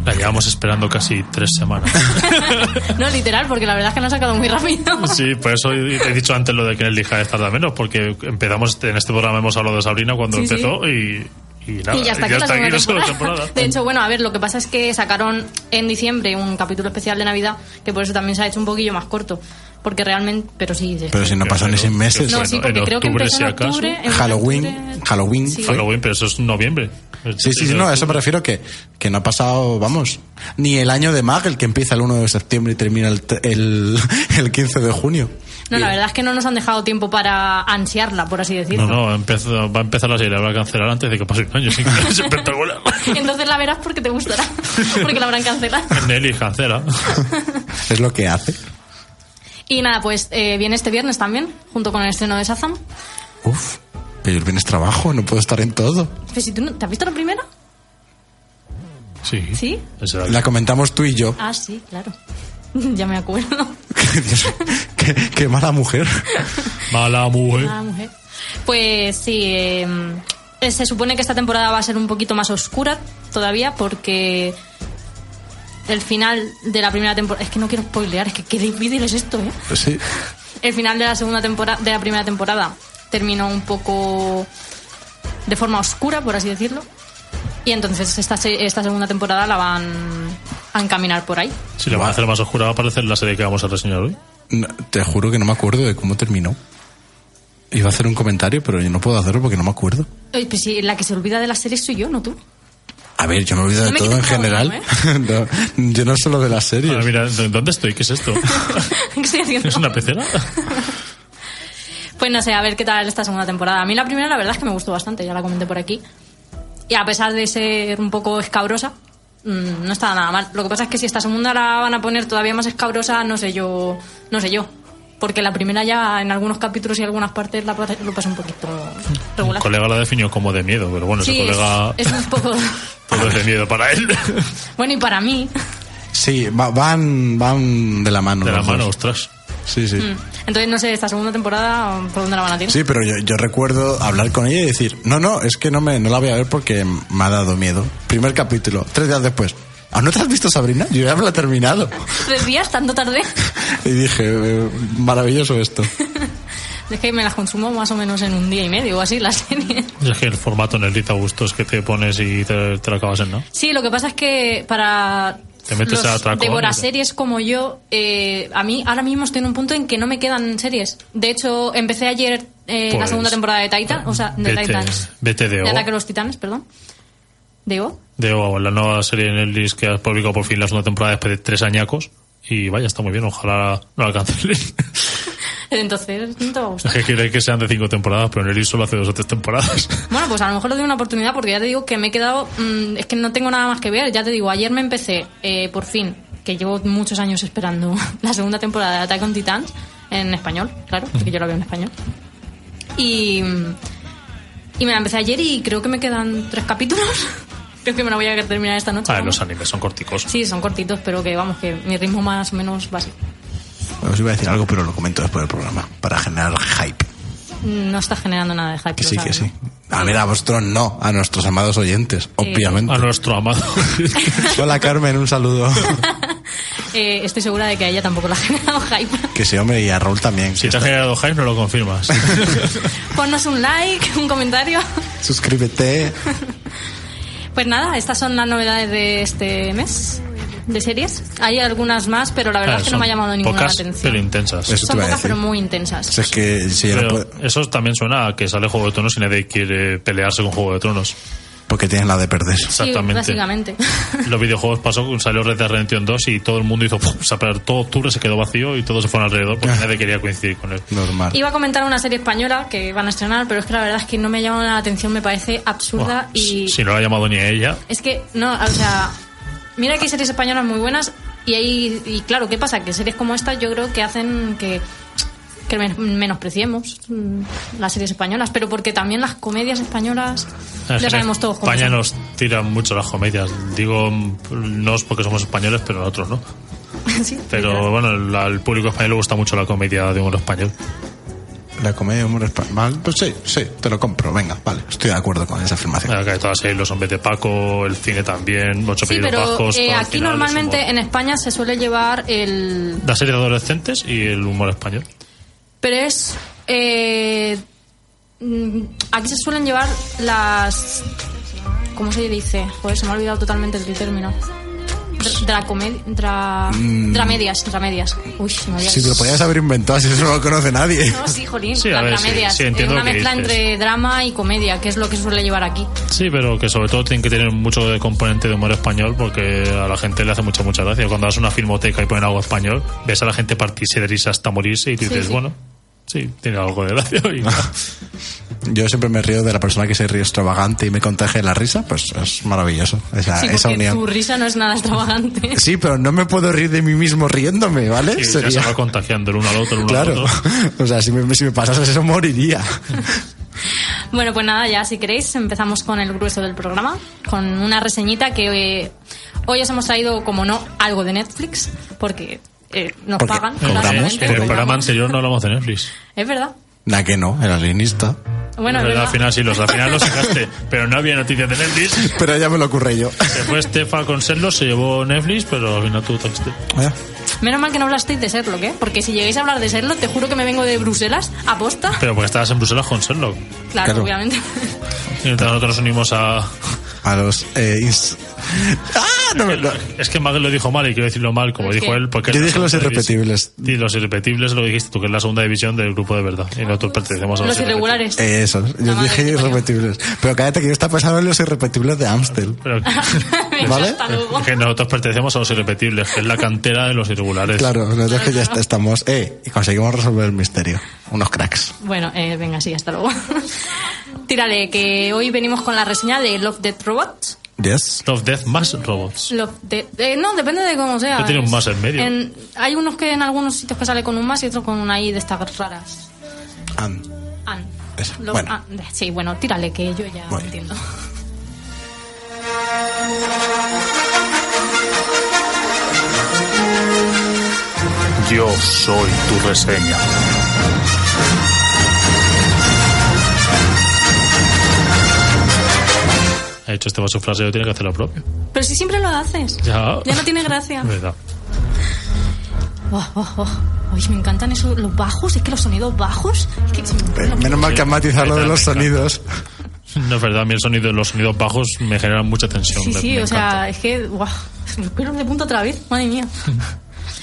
[SPEAKER 2] La llevamos esperando casi tres semanas.
[SPEAKER 1] no, literal, porque la verdad es que nos ha sacado muy rápido.
[SPEAKER 2] Sí, por eso he dicho antes lo de que en el Lija de tarda menos, porque empezamos en este programa hemos hablado de Sabrina cuando sí, empezó sí. y y, nada,
[SPEAKER 1] y, ya está, y ya está aquí la temporada. temporada. De hecho, bueno, a ver, lo que pasa es que sacaron en diciembre un capítulo especial de Navidad, que por eso también se ha hecho un poquillo más corto. Porque realmente, pero sí.
[SPEAKER 3] Pero que... si no pasan ni seis meses.
[SPEAKER 1] No, sí, porque
[SPEAKER 2] en
[SPEAKER 1] creo que empezó
[SPEAKER 2] si
[SPEAKER 1] en octubre. En
[SPEAKER 3] Halloween,
[SPEAKER 1] octubre...
[SPEAKER 3] Halloween,
[SPEAKER 1] Sí.
[SPEAKER 3] fue.
[SPEAKER 2] Halloween, pero eso es noviembre.
[SPEAKER 3] Sí, sí, sí, no, a eso me refiero que, que no ha pasado, vamos, ni el año de Mag, el que empieza el 1 de septiembre y termina el, el, el 15 de junio.
[SPEAKER 1] No, la verdad es que no nos han dejado tiempo para ansiarla, por así decirlo.
[SPEAKER 2] No, no, empezó, va a empezar la serie, la va a cancelar antes de que pase un año. Sin que es espectacular.
[SPEAKER 1] Entonces la verás porque te gustará, porque la habrán cancelado.
[SPEAKER 2] Nelly cancela.
[SPEAKER 3] es lo que hace.
[SPEAKER 1] Y nada, pues eh, viene este viernes también, junto con el estreno de Shazam.
[SPEAKER 3] Uf, pero el viernes trabajo, no puedo estar en todo.
[SPEAKER 1] Pero si tú no, ¿Te has visto la primera?
[SPEAKER 2] Sí.
[SPEAKER 1] ¿Sí?
[SPEAKER 2] Esa-
[SPEAKER 3] La comentamos tú y yo.
[SPEAKER 1] Ah, sí, claro. ya me acuerdo.
[SPEAKER 3] Dios, qué, qué mala mujer.
[SPEAKER 2] Mala mujer.
[SPEAKER 1] Ah, mujer. Pues sí, eh, se supone que esta temporada va a ser un poquito más oscura todavía porque el final de la primera temporada... Es que no quiero spoilear, es que qué difícil es esto, ¿eh?
[SPEAKER 3] Pues sí.
[SPEAKER 1] El final de la segunda temporada, de la primera temporada terminó un poco de forma oscura, por así decirlo. Y entonces esta, se- esta segunda temporada la van a encaminar por ahí.
[SPEAKER 2] Si la van a hacer más oscura, va a aparecer la serie que vamos a reseñar hoy.
[SPEAKER 3] No, te juro que no me acuerdo de cómo terminó. Iba a hacer un comentario, pero yo no puedo hacerlo porque no me acuerdo.
[SPEAKER 1] Oye, pues sí, la que se olvida de las series soy yo, no tú.
[SPEAKER 3] A ver, yo me olvido
[SPEAKER 1] No
[SPEAKER 3] de
[SPEAKER 1] me
[SPEAKER 3] todo en
[SPEAKER 1] quites
[SPEAKER 3] general.
[SPEAKER 1] trabajo, ¿eh?
[SPEAKER 3] No, yo no solo de las
[SPEAKER 2] Ah,
[SPEAKER 3] series.
[SPEAKER 2] mira, ¿dó- ¿dónde estoy? ¿Qué es esto?
[SPEAKER 1] ¿Qué estoy haciendo?
[SPEAKER 2] ¿Es una pecera?
[SPEAKER 1] Pues no sé, a ver qué tal esta segunda temporada. A mí la primera la verdad es que me gustó bastante, ya la comenté por aquí. Y a pesar de ser un poco escabrosa, mm, no está nada mal. Lo que pasa es que si esta segunda la van a poner todavía más escabrosa, no sé yo, no sé yo. Porque la primera ya en algunos capítulos y algunas partes la pa- lo pasa un poquito
[SPEAKER 2] Un
[SPEAKER 1] regular.
[SPEAKER 2] colega la definió como de miedo, pero bueno,
[SPEAKER 1] Sí,
[SPEAKER 2] ese colega
[SPEAKER 1] es, es un poco...
[SPEAKER 2] todo es de miedo para él.
[SPEAKER 1] Bueno, y para mí,
[SPEAKER 3] Sí, va- van, van de la mano.
[SPEAKER 2] De la
[SPEAKER 3] los
[SPEAKER 2] mano,
[SPEAKER 3] dos.
[SPEAKER 2] ostras.
[SPEAKER 3] Sí, sí.
[SPEAKER 1] entonces no sé, esta segunda temporada, ¿por dónde la van a tirar?
[SPEAKER 3] Sí, pero yo, yo recuerdo hablar con ella y decir, no, no, es que no, me, no la voy a ver porque me ha dado miedo. Primer capítulo, tres días después. ¿Aún no te has visto Sabrina? Yo ya me la he terminado.
[SPEAKER 1] ¿Tres días? ¿Tanto tarde?
[SPEAKER 3] Y dije, eh, maravilloso esto.
[SPEAKER 1] Es que me las consumo más o menos en un día y medio o así, la serie.
[SPEAKER 2] Es que el formato necesita gustos que te pones y te, te lo acabas en, ¿no?
[SPEAKER 1] Sí, lo que pasa es que para
[SPEAKER 2] Te metes a
[SPEAKER 1] los
[SPEAKER 2] atracón y
[SPEAKER 1] devora
[SPEAKER 2] te-
[SPEAKER 1] series como yo, eh, a mí ahora mismo estoy en un punto en que no me quedan series. De hecho, empecé ayer eh, la
[SPEAKER 2] Pues,
[SPEAKER 1] segunda temporada de Titan, o sea, de
[SPEAKER 2] vete-
[SPEAKER 1] Titans.
[SPEAKER 2] vete de O.
[SPEAKER 1] De Ataque a los Titanes, perdón. ¿De O?
[SPEAKER 2] De oh, la nueva serie en el que has publicado por fin la segunda temporada después de tres añacos. Y vaya, está muy bien, ojalá no la cancelen.
[SPEAKER 1] Entonces, no te va a
[SPEAKER 2] Es
[SPEAKER 1] gustar.
[SPEAKER 2] que quiere que sean de cinco temporadas, pero Nelly solo hace dos o tres temporadas.
[SPEAKER 1] Bueno, pues a lo mejor le doy una oportunidad porque ya te digo que me he quedado. mm, es que no tengo nada más que ver. Ya te digo, ayer me empecé, eh, por fin, que llevo muchos años esperando la segunda temporada de Attack on Titans en español, claro, porque yo la veo en español. Y. mm, Y me la empecé ayer y creo que me quedan tres capítulos. creo que me la voy a terminar esta noche.
[SPEAKER 2] Ah,
[SPEAKER 1] vamos.
[SPEAKER 2] los animes son corticos.
[SPEAKER 1] Sí, son cortitos, pero que vamos, que mi ritmo más o menos va así.
[SPEAKER 3] Os iba a decir algo, pero lo comento después del programa, para generar hype.
[SPEAKER 1] No está generando nada de hype.
[SPEAKER 3] Que
[SPEAKER 1] lo
[SPEAKER 3] sí, que
[SPEAKER 1] sabes,
[SPEAKER 3] sí.
[SPEAKER 1] ¿no?
[SPEAKER 3] A ver, a vosotros no, a nuestros amados oyentes, obviamente.
[SPEAKER 2] A nuestro amado.
[SPEAKER 3] Hola Carmen, un saludo.
[SPEAKER 1] Eh, estoy segura de que a ella tampoco la ha generado hype.
[SPEAKER 3] que sí, hombre, y a Raúl también.
[SPEAKER 2] si te ha generado hype, no lo confirmas.
[SPEAKER 1] Ponnos un like, un comentario.
[SPEAKER 3] Suscríbete.
[SPEAKER 1] Pues nada, estas son las novedades de este mes de series. Hay algunas más, pero la verdad
[SPEAKER 2] Claro,
[SPEAKER 1] es que no me ha
[SPEAKER 2] Ah, son
[SPEAKER 1] llamado ninguna la
[SPEAKER 2] pocas,
[SPEAKER 1] atención.
[SPEAKER 2] pero intensas.
[SPEAKER 3] Eso te
[SPEAKER 1] son
[SPEAKER 3] iba a
[SPEAKER 1] pocas
[SPEAKER 3] decir.
[SPEAKER 1] pero muy intensas.
[SPEAKER 3] Si es que si ya no
[SPEAKER 2] Pero
[SPEAKER 3] puede-
[SPEAKER 2] eso también suena a que sale Juego de Tronos y nadie quiere pelearse con Juego de Tronos.
[SPEAKER 3] Porque tienen la de perder.
[SPEAKER 1] Sí,
[SPEAKER 2] Exactamente.
[SPEAKER 1] básicamente.
[SPEAKER 2] Los videojuegos pasó, salió Red Dead Redemption 2 y todo el mundo hizo... ¡pum! O sea, pero todo octubre se quedó vacío y todos se fueron alrededor porque nadie quería coincidir con él.
[SPEAKER 3] Normal.
[SPEAKER 1] Iba a comentar una serie española que van a estrenar, pero es que la verdad es que no me ha llamado la atención, me parece absurda
[SPEAKER 2] Buah,
[SPEAKER 1] y
[SPEAKER 2] Si no la ha llamado ni a ella,
[SPEAKER 1] es que no, o sea, mira que hay series españolas muy buenas y hay y claro, ¿qué pasa? Que series como esta yo creo que hacen que que men- menospreciemos mm, las series españolas, pero porque también las comedias españolas
[SPEAKER 2] Es que
[SPEAKER 1] ya
[SPEAKER 2] en
[SPEAKER 1] sabemos todos ¿eh? cómo
[SPEAKER 2] España
[SPEAKER 1] son.
[SPEAKER 2] nos tiran mucho las comedias. Digo, mm, no es porque somos españoles, pero nosotros no.
[SPEAKER 1] Sí,
[SPEAKER 2] Pero
[SPEAKER 1] literal.
[SPEAKER 2] bueno, el- al público español le gusta mucho la comedia de humor español.
[SPEAKER 3] La comedia de humor español. Pues sí, sí, te lo compro. Venga, vale. Estoy de acuerdo con esa afirmación.
[SPEAKER 2] Acá hay todas ahí, los hombres de Paco, el cine también, ocho
[SPEAKER 1] Sí,
[SPEAKER 2] pedidos
[SPEAKER 1] pero
[SPEAKER 2] bajos.
[SPEAKER 1] eh,
[SPEAKER 2] todo al
[SPEAKER 1] aquí
[SPEAKER 2] final es
[SPEAKER 1] normalmente
[SPEAKER 2] humor.
[SPEAKER 1] en España se suele llevar el
[SPEAKER 2] La serie de adolescentes y el humor español.
[SPEAKER 1] Pero es. eh, mm, aquí se suelen llevar las. ¿Cómo se dice? Joder, se me ha olvidado totalmente el término. Dra- Dracomed... Dra,
[SPEAKER 3] Mm.
[SPEAKER 1] dramedias, dramedias. Uy, se me había
[SPEAKER 3] Si te lo podías haber inventado, si eso no lo conoce nadie.
[SPEAKER 1] No, sí, jolín,
[SPEAKER 2] Sí, a
[SPEAKER 1] las
[SPEAKER 2] ver, sí,
[SPEAKER 1] dramedias.
[SPEAKER 2] sí, entiendo
[SPEAKER 1] Eh, una
[SPEAKER 2] lo que
[SPEAKER 1] mezcla
[SPEAKER 2] dices.
[SPEAKER 1] entre drama y comedia, que es lo que se suele llevar aquí.
[SPEAKER 2] Sí, pero que sobre todo tienen que tener mucho de componente de humor español porque a la gente le hace mucha, mucha gracia. Cuando vas a una filmoteca y ponen algo español, ves a la gente partirse de risa hasta morirse y tú
[SPEAKER 1] Sí,
[SPEAKER 2] dices,
[SPEAKER 1] sí.
[SPEAKER 2] bueno, sí, tiene algo de gracia. y-
[SPEAKER 3] Yo siempre me río de la persona que se ríe extravagante y me contagia de la risa. Pues es maravilloso. Esa,
[SPEAKER 1] sí,
[SPEAKER 3] Ah, esa
[SPEAKER 1] porque
[SPEAKER 3] unión.
[SPEAKER 1] tu risa no es nada extravagante.
[SPEAKER 3] Sí, pero no me puedo reír de mí mismo riéndome, ¿vale?
[SPEAKER 2] y ya
[SPEAKER 3] Sería-
[SPEAKER 2] se va contagiando el uno al otro, el uno al
[SPEAKER 3] Claro.
[SPEAKER 2] otro.
[SPEAKER 3] O sea, si me, si me pasas eso, moriría.
[SPEAKER 1] Bueno, pues nada, ya si queréis empezamos con el grueso del programa, con una reseñita que eh, hoy os hemos traído, como no, algo de Netflix, porque eh, nos
[SPEAKER 3] Porque
[SPEAKER 1] pagan.
[SPEAKER 3] cobramos,
[SPEAKER 1] claramente,
[SPEAKER 2] En el
[SPEAKER 1] cobramos.
[SPEAKER 2] programa anterior no hablamos de Netflix.
[SPEAKER 1] Es verdad.
[SPEAKER 3] Na que no, el alienista.
[SPEAKER 1] Bueno, es
[SPEAKER 2] Pero
[SPEAKER 1] verdad.
[SPEAKER 2] al final sí, los, al final los sacaste, pero no había noticias de Netflix.
[SPEAKER 3] Pero ya me lo ocurre yo.
[SPEAKER 2] este-
[SPEAKER 3] ¿Eh?
[SPEAKER 2] Se fue Estefa con Serlo, se llevó Netflix, pero al final tú trajiste.
[SPEAKER 3] Vaya.
[SPEAKER 1] Menos mal que no hablasteis de Sherlock, ¿eh? Porque si llegáis a hablar de Sherlock, te juro que me vengo de Bruselas, aposta.
[SPEAKER 2] Pero porque estabas en Bruselas con Sherlock.
[SPEAKER 1] Claro,
[SPEAKER 3] Claro.
[SPEAKER 1] obviamente.
[SPEAKER 2] Y entonces nosotros nos unimos a...
[SPEAKER 3] A los. eh, ins- ¡Ah! No, me- no.
[SPEAKER 2] Es que Magel lo dijo mal y quiero decirlo mal, como
[SPEAKER 1] Es
[SPEAKER 2] dijo
[SPEAKER 1] que-
[SPEAKER 2] él. Porque
[SPEAKER 3] Yo
[SPEAKER 2] es la
[SPEAKER 3] dije los
[SPEAKER 2] segunda división.
[SPEAKER 3] irrepetibles.
[SPEAKER 2] Sí, los irrepetibles lo dijiste tú, que es la segunda división del grupo de verdad. Y nosotros pertenecemos a los,
[SPEAKER 1] Los irregulares.
[SPEAKER 3] Eh, Eso, yo
[SPEAKER 1] madre
[SPEAKER 3] dije
[SPEAKER 1] que te parió.
[SPEAKER 3] irrepetibles. Pero cállate que yo estaba pensando en los irrepetibles de Amstel.
[SPEAKER 2] Pero
[SPEAKER 1] Venga,
[SPEAKER 3] ¿Vale?
[SPEAKER 1] Hasta luego.
[SPEAKER 2] que nosotros pertenecemos a los irrepetibles, que es la cantera de los irregulares.
[SPEAKER 3] Claro, nosotros que ya est- estamos. Eh, y conseguimos resolver el misterio. Unos cracks.
[SPEAKER 1] Bueno, eh, venga, sí, hasta luego. Tírale, que hoy venimos con la reseña de Love Death Robots.
[SPEAKER 3] Yes.
[SPEAKER 2] Love Death más robots.
[SPEAKER 1] Love Death- eh, no, depende de cómo sea.
[SPEAKER 2] Que tiene un más en medio.
[SPEAKER 1] En- hay unos que en algunos sitios que sale con un más y otros con una I de estas raras.
[SPEAKER 3] And.
[SPEAKER 1] An.
[SPEAKER 3] Eso,
[SPEAKER 1] Love
[SPEAKER 3] bueno.
[SPEAKER 1] and- sí, bueno, tírale, que yo ya
[SPEAKER 3] Bueno.
[SPEAKER 1] entiendo.
[SPEAKER 5] Yo soy tu reseña.
[SPEAKER 2] Ha hecho este va su frase, yo tiene que hacer lo propio.
[SPEAKER 1] Pero si siempre lo haces.
[SPEAKER 2] Ya.
[SPEAKER 1] Ya no tiene gracia.
[SPEAKER 2] Verdad.
[SPEAKER 1] Oh, oh, oh. Oye, me encantan esos, los bajos, es que los sonidos bajos. Es que se me-
[SPEAKER 3] Eh, Menos mal que han matizado lo de los sonidos.
[SPEAKER 2] No es verdad, a mí el sonido, los sonidos bajos me generan mucha tensión.
[SPEAKER 1] sí,
[SPEAKER 2] me-
[SPEAKER 1] sí,
[SPEAKER 2] me
[SPEAKER 1] o
[SPEAKER 2] encanta.
[SPEAKER 1] sea, es que. Guau, los pelos de punta otra vez, madre mía.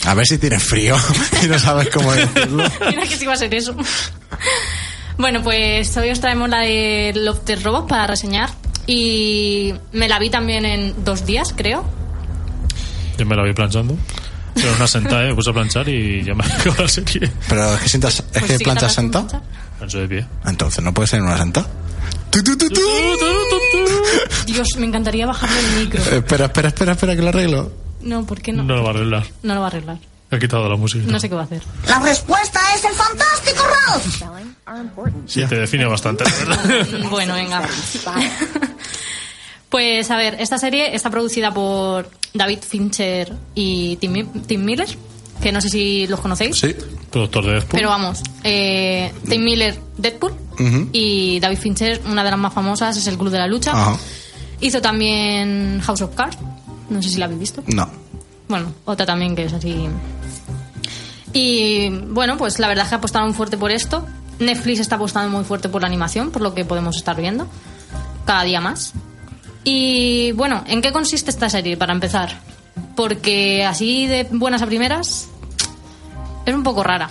[SPEAKER 3] A ver si tienes frío y no sabes cómo decirlo.
[SPEAKER 1] Mira que sí va a ser eso. Bueno, pues hoy os traemos la de Love the Robot para reseñar. Y me la vi también en dos días, creo.
[SPEAKER 2] Yo me la voy planchando. Pero una sentada, ¿eh? me puse a planchar y ya me acabó la serie.
[SPEAKER 3] Pero es que sientas, es
[SPEAKER 1] Pues
[SPEAKER 3] que
[SPEAKER 1] sí la
[SPEAKER 3] planchas
[SPEAKER 1] tengo que
[SPEAKER 3] sentado.
[SPEAKER 1] escuchar.
[SPEAKER 2] Plancho de pie.
[SPEAKER 3] Entonces no puedes ser en una senta. Tu, tu, tu, tu.
[SPEAKER 1] Dios, me encantaría bajarle el micro.
[SPEAKER 3] Eh, Espera, espera, espera, espera, que lo arreglo.
[SPEAKER 1] No, ¿por qué no?
[SPEAKER 2] No lo va a arreglar.
[SPEAKER 1] No lo va a arreglar.
[SPEAKER 2] He quitado la música.
[SPEAKER 1] No sé qué va a hacer.
[SPEAKER 6] La respuesta es el fantástico Ralph.
[SPEAKER 2] Sí, te define bastante, la verdad.
[SPEAKER 1] Bueno, venga. Pues a ver, esta serie está producida por David Fincher y Tim, Mi- Tim Miller, que no sé si los conocéis.
[SPEAKER 3] Sí.
[SPEAKER 2] Productor de Deadpool.
[SPEAKER 1] Pero vamos, eh, Tim Miller, Deadpool.
[SPEAKER 3] Ujú.
[SPEAKER 1] Y David Fincher, una de las más famosas, es El Club de la Lucha.
[SPEAKER 3] Ajá.
[SPEAKER 1] Hizo también House of Cards. No sé si la habéis visto.
[SPEAKER 3] No.
[SPEAKER 1] Bueno, otra también que es así. Y bueno, pues la verdad es que apostaron fuerte por esto. Netflix está apostando muy fuerte por la animación, por lo que podemos estar viendo. Cada día más. Y bueno, ¿en qué consiste esta serie para empezar? Porque así de buenas a primeras es un poco rara.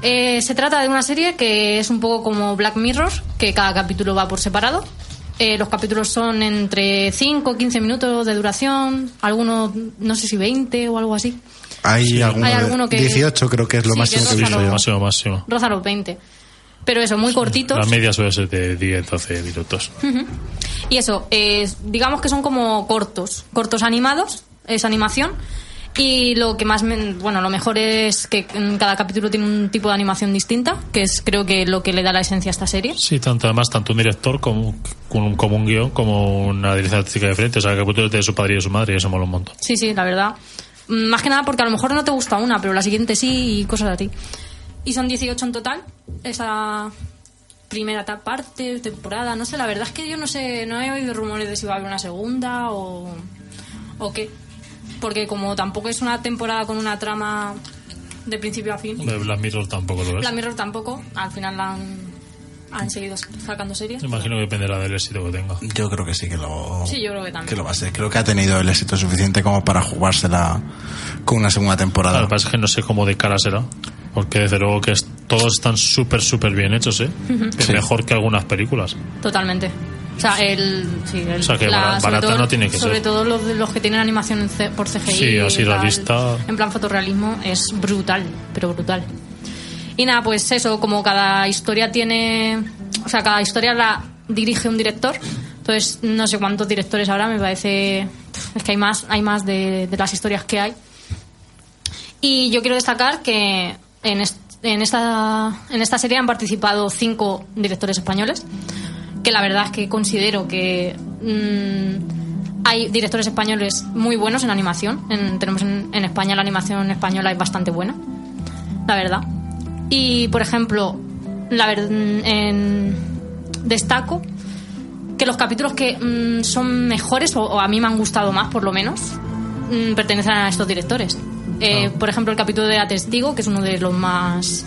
[SPEAKER 1] Eh, se trata de una serie que es un poco como Black Mirror, que cada capítulo va por separado. Eh, los capítulos son entre 5 o 15 minutos de duración, algunos no sé si 20 o algo así.
[SPEAKER 3] Hay, alguno,
[SPEAKER 1] Hay
[SPEAKER 3] de-
[SPEAKER 1] alguno que-
[SPEAKER 3] 18 creo que es lo
[SPEAKER 1] Sí,
[SPEAKER 3] máximo
[SPEAKER 1] que
[SPEAKER 3] que he
[SPEAKER 1] no
[SPEAKER 3] visto
[SPEAKER 1] solo-
[SPEAKER 3] yo.
[SPEAKER 2] Máximo, máximo.
[SPEAKER 1] Roza los 20. Pero eso, muy cortitos.
[SPEAKER 2] La media suele ser de 10, 12 minutos.
[SPEAKER 1] Y eso, eh, digamos que son como cortos, cortos animados, es animación. Y lo que más, me- bueno, lo mejor es que en cada capítulo tiene un tipo de animación distinta, que es creo que lo que le da la esencia a esta serie.
[SPEAKER 2] Sí, tanto además, tanto un director como, como, como un guión, como una dirección artística diferente. O sea, que tú de su padre y de su madre y eso mola un montón.
[SPEAKER 1] Sí, sí, la verdad. Mm, Más que nada porque a lo mejor no te gusta una, pero la siguiente sí y cosas así. Y son 18 en total, esa primera ta- parte, temporada, no sé, la verdad es que yo no sé, no he oído rumores de si va a haber una segunda o, o qué. Porque como tampoco es una temporada con una trama de principio a fin,
[SPEAKER 2] De Black Mirror tampoco lo es.
[SPEAKER 1] la Mirror tampoco, al final la han, han seguido sacando series.
[SPEAKER 2] Imagino que dependerá del éxito que tenga.
[SPEAKER 3] Yo creo que sí que lo,
[SPEAKER 1] Sí, yo creo que también.
[SPEAKER 3] que lo va a ser. Creo que ha tenido el éxito suficiente como para jugársela con una segunda
[SPEAKER 1] Ah.
[SPEAKER 2] Claro, lo
[SPEAKER 3] temporada.
[SPEAKER 2] que pasa es que no sé cómo de cara será. Porque desde luego que es- todos están súper, súper bien hechos, ¿eh? Que
[SPEAKER 3] Sí.
[SPEAKER 2] Mejor que algunas películas.
[SPEAKER 1] Totalmente. O sea, el, sí, el-
[SPEAKER 2] O sea, que bara-
[SPEAKER 1] sobre
[SPEAKER 2] barata
[SPEAKER 1] todo-
[SPEAKER 2] no tiene que
[SPEAKER 1] sobre
[SPEAKER 2] ser.
[SPEAKER 1] todo los, de- los que tienen animación en C- por CGI.
[SPEAKER 2] Sí, así
[SPEAKER 1] y tal,
[SPEAKER 2] realista.
[SPEAKER 1] En plan fotorrealismo es brutal, pero brutal. Y nada, pues eso, como cada historia tiene... O sea, cada historia la dirige un director. Entonces, no sé cuántos directores ahora, me parece... Es que hay más, hay más de, de las historias que hay. Y yo quiero destacar que en, est- en, esta, en esta serie han participado cinco directores españoles, que la verdad es que considero que mm, hay directores españoles muy buenos en animación. En- tenemos en, en España la animación española es bastante buena, la verdad. Y, por ejemplo, la ver- en- destaco que los capítulos que mm, son mejores, o, o a mí me han gustado más por lo menos, mm, pertenecen a estos directores. Eh,
[SPEAKER 2] Ah.
[SPEAKER 1] Por ejemplo, el capítulo de La Testigo, que es uno de los más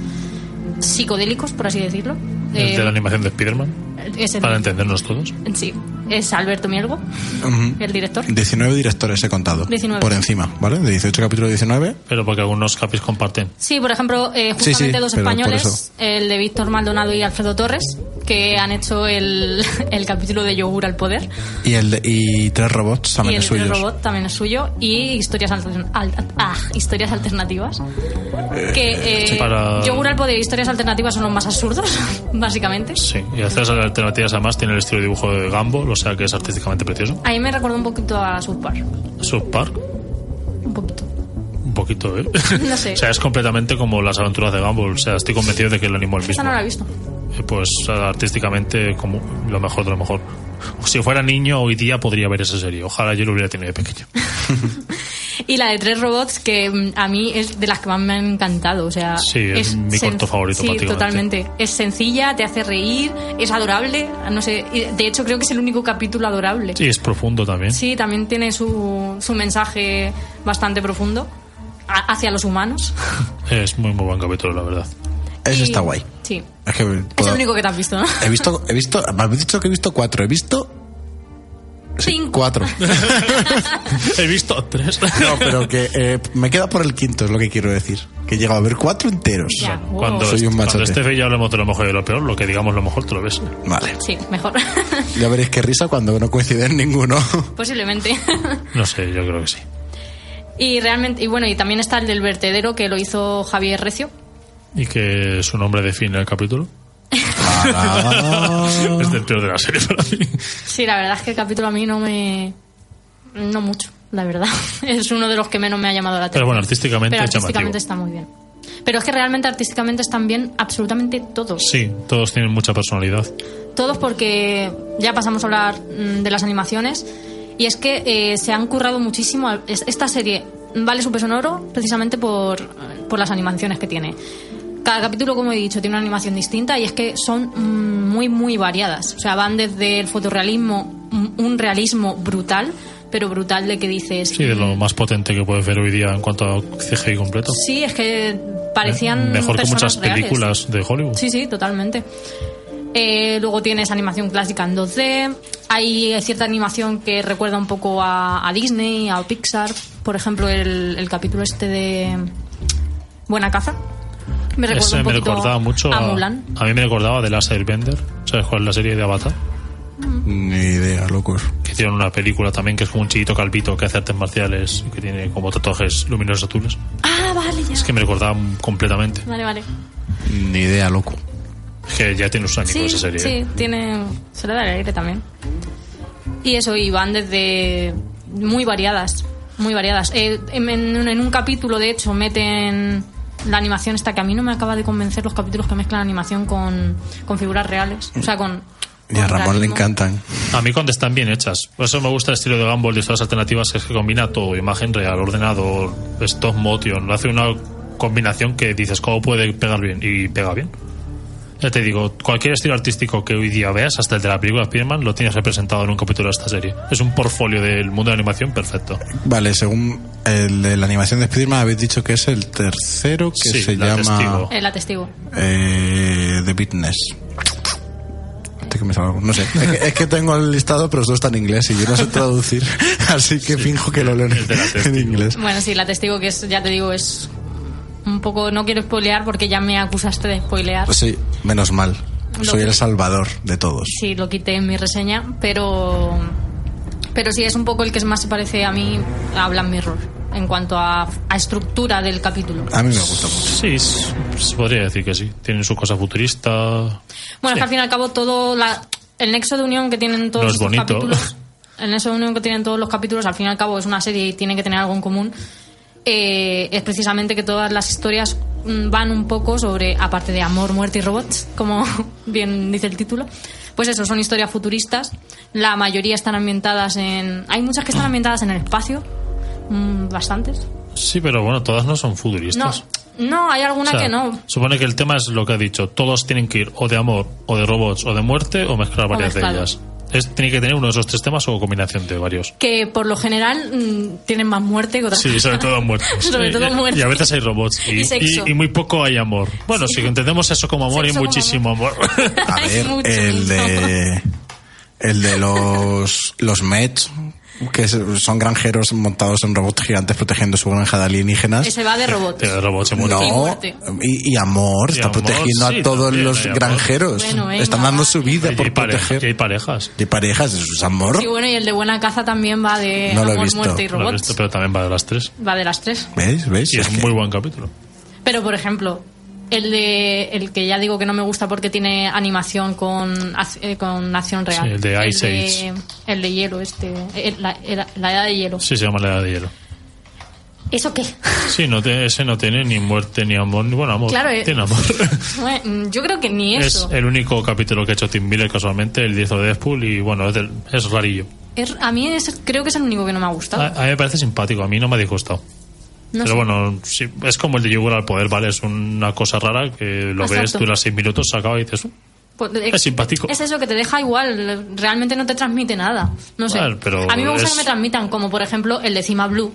[SPEAKER 1] psicodélicos, por así decirlo.
[SPEAKER 2] El
[SPEAKER 1] Eh,
[SPEAKER 2] de la animación de Spider-Man.
[SPEAKER 1] es el-
[SPEAKER 2] Para entendernos todos.
[SPEAKER 1] Sí, es Alberto Mielgo,
[SPEAKER 3] Ujú.
[SPEAKER 1] el director.
[SPEAKER 3] 19 directores he contado.
[SPEAKER 1] 19.
[SPEAKER 3] Por encima, ¿vale? De 18 capítulos 19.
[SPEAKER 2] Pero porque algunos capis comparten.
[SPEAKER 1] Sí, por ejemplo, eh,
[SPEAKER 3] Sí, sí,
[SPEAKER 1] justamente dos
[SPEAKER 3] pero por
[SPEAKER 1] españoles,
[SPEAKER 3] eso.
[SPEAKER 1] el de Víctor Maldonado y Alfredo Torres, que han hecho el, el capítulo de Yogur al Poder.
[SPEAKER 3] Y, el de- y tres robots
[SPEAKER 1] Y
[SPEAKER 3] también
[SPEAKER 1] el
[SPEAKER 3] suyos.
[SPEAKER 1] del robot también es suyo. Y historias, altern- al- ah, historias alternativas. Que eh,
[SPEAKER 2] sí, para-
[SPEAKER 1] Yogur al Poder y historias alternativas son los más absurdos, básicamente.
[SPEAKER 2] Sí. Y hacer alternativas además tiene el estilo de dibujo de Gambo, o sea que es artísticamente precioso.
[SPEAKER 1] A mí me recuerda un poquito a South Park.
[SPEAKER 2] South Park,
[SPEAKER 1] Un poquito.
[SPEAKER 2] un poquito, ¿eh?
[SPEAKER 1] No sé.
[SPEAKER 2] o sea, es completamente como las aventuras de Gambo. O sea, estoy convencido de que lo animó el mismo.
[SPEAKER 1] Esta no la he visto.
[SPEAKER 2] Eh, Pues artísticamente como lo mejor de lo mejor. Si fuera niño hoy día podría ver esa serie. Ojalá yo lo hubiera tenido de pequeño.
[SPEAKER 1] Y la de tres robots, que mm, a mí es de las que más me han encantado. O sea,
[SPEAKER 2] Sí, es mi
[SPEAKER 1] sen-
[SPEAKER 2] corto favorito,
[SPEAKER 1] Sí,
[SPEAKER 2] prácticamente.
[SPEAKER 1] totalmente. Es sencilla, te hace reír, es adorable. No sé, y de hecho creo que es el único capítulo adorable.
[SPEAKER 2] Sí, es profundo también.
[SPEAKER 1] Sí, también tiene su, su mensaje bastante profundo a- hacia los humanos.
[SPEAKER 2] Es muy muy buen capítulo, la verdad.
[SPEAKER 3] Ese
[SPEAKER 1] Y-
[SPEAKER 3] está guay.
[SPEAKER 1] Sí.
[SPEAKER 3] Es, que
[SPEAKER 1] Es
[SPEAKER 3] puedo- Eh.
[SPEAKER 1] el único que te has visto, ¿no?
[SPEAKER 3] He visto, he visto, me habéis dicho que he visto cuatro. He visto
[SPEAKER 1] Cinco.
[SPEAKER 3] cuatro.
[SPEAKER 2] He visto tres.
[SPEAKER 3] No, pero que eh, me queda por el quinto, es lo que quiero decir. Que he llegado a ver cuatro enteros.
[SPEAKER 1] Ya. Wow.
[SPEAKER 2] Cuando,
[SPEAKER 3] Soy un
[SPEAKER 2] cuando
[SPEAKER 3] machote.
[SPEAKER 2] Estefe y yo hablemos de lo mejor y de lo peor, lo que digamos lo mejor te lo ves.
[SPEAKER 3] Vale.
[SPEAKER 1] Sí, mejor.
[SPEAKER 3] Ya veréis qué risa cuando no coinciden ninguno.
[SPEAKER 1] Posiblemente.
[SPEAKER 2] No sé, yo creo que sí.
[SPEAKER 1] Y realmente, y bueno, y también está el del vertedero que lo hizo Javier Recio.
[SPEAKER 2] Y que su nombre define el capítulo.
[SPEAKER 3] Ah,
[SPEAKER 2] Es del peor de la serie para mí.
[SPEAKER 1] Sí, la verdad es que el capítulo a mí no me. No mucho, la verdad. Es uno de los que menos me ha llamado la atención.
[SPEAKER 2] Pero bueno, artísticamente
[SPEAKER 1] Pero
[SPEAKER 2] es
[SPEAKER 1] artísticamente
[SPEAKER 2] llamativo.
[SPEAKER 1] está muy bien. Pero es que realmente artísticamente están bien absolutamente todos.
[SPEAKER 2] Sí, todos tienen mucha personalidad.
[SPEAKER 1] Todos porque ya pasamos a hablar mm, de las animaciones. Y es que eh, se han currado muchísimo. al- es- Esta serie vale su peso en oro precisamente por, eh, por las animaciones que tiene. Cada capítulo, como he dicho, tiene una animación distinta y es que son mm, muy, muy variadas. O sea, van desde el fotorrealismo, un- un realismo brutal, pero brutal de que dices...
[SPEAKER 2] Sí, de lo más potente que puedes ver hoy día en cuanto a CGI completo.
[SPEAKER 1] Mm.
[SPEAKER 2] Eh,
[SPEAKER 1] Sí, es que parecían...
[SPEAKER 2] Mejor que
[SPEAKER 1] personas
[SPEAKER 2] muchas
[SPEAKER 1] reales.
[SPEAKER 2] películas de Hollywood.
[SPEAKER 1] Sí, sí, totalmente. Eh, luego tienes animación clásica en 2D. Hay cierta animación que recuerda un poco a, a Disney, a Pixar. Por ejemplo, el, el capítulo este de Buena Caza. Me recuerda
[SPEAKER 2] Ese
[SPEAKER 1] un
[SPEAKER 2] me
[SPEAKER 1] poquito
[SPEAKER 2] recordaba mucho
[SPEAKER 1] a
[SPEAKER 2] a,
[SPEAKER 1] Mulan.
[SPEAKER 2] a mí me recordaba de Last Airbender. ¿Sabes cuál es la serie de Avatar?
[SPEAKER 3] Ni idea, locos.
[SPEAKER 2] Que hicieron una película también que es como un chiquito calvito que hace artes marciales y que tiene como tatuajes luminosos azules.
[SPEAKER 1] Ah, vale, ya.
[SPEAKER 2] Es que me recordaba completamente.
[SPEAKER 1] Vale, vale.
[SPEAKER 3] Ni idea, loco.
[SPEAKER 2] Es que ya tiene unos años
[SPEAKER 1] Sí,
[SPEAKER 2] esa serie. ¿eh?
[SPEAKER 1] sí, tiene. Se le da el aire también. Y eso, y van desde. muy variadas. Muy variadas. Eh, en, en un- en un capítulo, de hecho, meten la animación esta que a mí no me acaba de convencer los capítulos que mezclan animación con, con figuras reales. O sea, con.
[SPEAKER 3] Y a
[SPEAKER 1] con
[SPEAKER 3] Ramón le
[SPEAKER 1] realismo.
[SPEAKER 3] encantan.
[SPEAKER 2] A mí cuando están bien hechas. Por eso me gusta el estilo de Gumball de estas alternativas que es que combina todo, imagen real, ordenador, stop motion. Hace una combinación que dices, ¿cómo puede pegar bien? Y pega bien. Ya te digo, cualquier estilo artístico que hoy día veas, hasta el de la película Spider-Man, lo tienes representado en un capítulo de esta serie. Es un portfolio del mundo de la animación perfecto.
[SPEAKER 3] Vale, según el de la animación de Spiderman habéis dicho que es el tercero que
[SPEAKER 2] Sí,
[SPEAKER 3] se
[SPEAKER 2] la
[SPEAKER 3] llama
[SPEAKER 2] testigo.
[SPEAKER 1] Eh, la testigo.
[SPEAKER 3] eh, The Business. Este que me salga algo. No sé, es que, es que tengo el listado, pero todo está en inglés y yo no sé traducir, así que finjo que lo leo en,
[SPEAKER 2] el de la testigo.
[SPEAKER 3] en inglés.
[SPEAKER 1] Bueno, sí, la testigo, que es, ya te digo, es. un poco. no quiero spoilear porque ya me acusaste de spoilear.
[SPEAKER 3] Pues Sí, menos mal.
[SPEAKER 1] Lo
[SPEAKER 3] Soy
[SPEAKER 1] que-
[SPEAKER 3] el salvador de todos.
[SPEAKER 1] sí lo quité en mi reseña, pero pero sí es un poco el que más se parece a mí a Black Mirror en cuanto a, a estructura del capítulo.
[SPEAKER 3] A mí me gusta mucho.
[SPEAKER 2] Sí, s- se podría decir que sí. Tienen su cosa futurista.
[SPEAKER 1] Bueno, es
[SPEAKER 2] Sí.
[SPEAKER 1] que al fin y al cabo todo la- el nexo de unión que tienen todos
[SPEAKER 2] No es
[SPEAKER 1] estos
[SPEAKER 2] bonito.
[SPEAKER 1] capítulos, el nexo de unión que tienen todos los capítulos, al fin y al cabo es una serie y tiene que tener algo en común. eh, es precisamente que todas las historias mm, van un poco sobre, aparte de amor, muerte y robots, como bien dice el título, pues eso, son historias futuristas. La mayoría están ambientadas en... Hay muchas que están
[SPEAKER 2] Ah.
[SPEAKER 1] ambientadas en el espacio, mm, bastantes.
[SPEAKER 2] Sí, pero bueno, todas no son
[SPEAKER 1] No,
[SPEAKER 2] futuristas.
[SPEAKER 1] no, hay alguna
[SPEAKER 2] O sea,
[SPEAKER 1] que no.
[SPEAKER 2] Supone que el tema es lo que ha dicho. Todos tienen que ir o de amor, o de robots, o de muerte, o mezclar
[SPEAKER 1] O
[SPEAKER 2] varias de
[SPEAKER 1] mezclado.
[SPEAKER 2] ellas. es, tiene que tener uno de esos tres temas o combinación de varios.
[SPEAKER 1] Que por lo general mm, tienen más muerte que otras
[SPEAKER 2] Sí, sobre todo muertos.
[SPEAKER 1] Sobre
[SPEAKER 2] Y-
[SPEAKER 1] todo
[SPEAKER 2] y-
[SPEAKER 1] muertos.
[SPEAKER 2] Y a veces hay robots. Y,
[SPEAKER 1] Y sexo.
[SPEAKER 2] y- y muy poco hay amor. Bueno, si entendemos eso como amor,
[SPEAKER 1] Sexo
[SPEAKER 2] hay
[SPEAKER 1] como
[SPEAKER 2] muchísimo amor.
[SPEAKER 3] A
[SPEAKER 1] Hay
[SPEAKER 3] ver,
[SPEAKER 1] mucho,
[SPEAKER 3] el de el de los los Mets que es- son granjeros montados en robots gigantes protegiendo su granja de alienígenas.
[SPEAKER 1] Ese va de robot.
[SPEAKER 2] Tío, robots y muertos.
[SPEAKER 1] Y
[SPEAKER 3] No,
[SPEAKER 1] muerte.
[SPEAKER 3] y, y amor,
[SPEAKER 2] Y
[SPEAKER 3] está
[SPEAKER 2] amor,
[SPEAKER 3] protegiendo
[SPEAKER 2] sí,
[SPEAKER 3] a todos
[SPEAKER 2] también
[SPEAKER 3] los
[SPEAKER 2] hay amor.
[SPEAKER 3] granjeros.
[SPEAKER 1] Bueno, venga,
[SPEAKER 3] Están dando
[SPEAKER 1] va.
[SPEAKER 3] su vida
[SPEAKER 2] Y
[SPEAKER 3] por
[SPEAKER 2] hay pareja- y hay
[SPEAKER 3] proteger.
[SPEAKER 2] parejas.
[SPEAKER 3] De parejas, eso es amor.
[SPEAKER 1] Y bueno, y el de buena caza también va de
[SPEAKER 3] No lo he
[SPEAKER 1] amor,
[SPEAKER 3] visto.
[SPEAKER 1] muerte y
[SPEAKER 2] Lo he
[SPEAKER 1] robots.
[SPEAKER 2] visto, pero también va de las tres.
[SPEAKER 1] Va de las tres.
[SPEAKER 3] ¿Ves? ¿Ves?
[SPEAKER 2] Y es
[SPEAKER 3] Es
[SPEAKER 2] un
[SPEAKER 3] que-
[SPEAKER 2] muy buen capítulo.
[SPEAKER 1] Pero por ejemplo, el de el que ya digo que no me gusta porque tiene animación con, ac- eh, con acción real.
[SPEAKER 2] Sí, el de Ice
[SPEAKER 1] de- el de hielo, este. el- la, el- la edad de hielo.
[SPEAKER 2] Sí, se llama La Edad de Hielo.
[SPEAKER 1] ¿Eso qué?
[SPEAKER 2] Sí, no te- ese no tiene ni muerte ni amor. Ni, bueno, amor.
[SPEAKER 1] Claro, eh.
[SPEAKER 2] tiene amor.
[SPEAKER 1] Bueno, Yo creo que ni
[SPEAKER 2] es eh,
[SPEAKER 1] eso.
[SPEAKER 2] el único capítulo que ha hecho Tim Miller casualmente, el 10 de Deadpool, y bueno, es, del- es rarillo.
[SPEAKER 1] Es- a mí es- creo que es el único que no me ha gustado.
[SPEAKER 2] A, a mí me parece simpático, a mí no me ha disgustado.
[SPEAKER 1] No
[SPEAKER 2] Ah, Pero
[SPEAKER 1] sé.
[SPEAKER 2] bueno, sí, es como el de Yugur al poder, ¿vale? Es una cosa rara que lo ves,
[SPEAKER 1] Exacto.
[SPEAKER 2] tú las 6 minutos, se acaba y dices, "Uh,
[SPEAKER 1] Pues,
[SPEAKER 2] es simpático".
[SPEAKER 1] Es eso que te deja igual, realmente no te transmite nada. No sé.
[SPEAKER 2] Bueno, pero
[SPEAKER 1] a mí me gusta
[SPEAKER 2] es-
[SPEAKER 1] que me transmitan, como por ejemplo el de Cima Blue,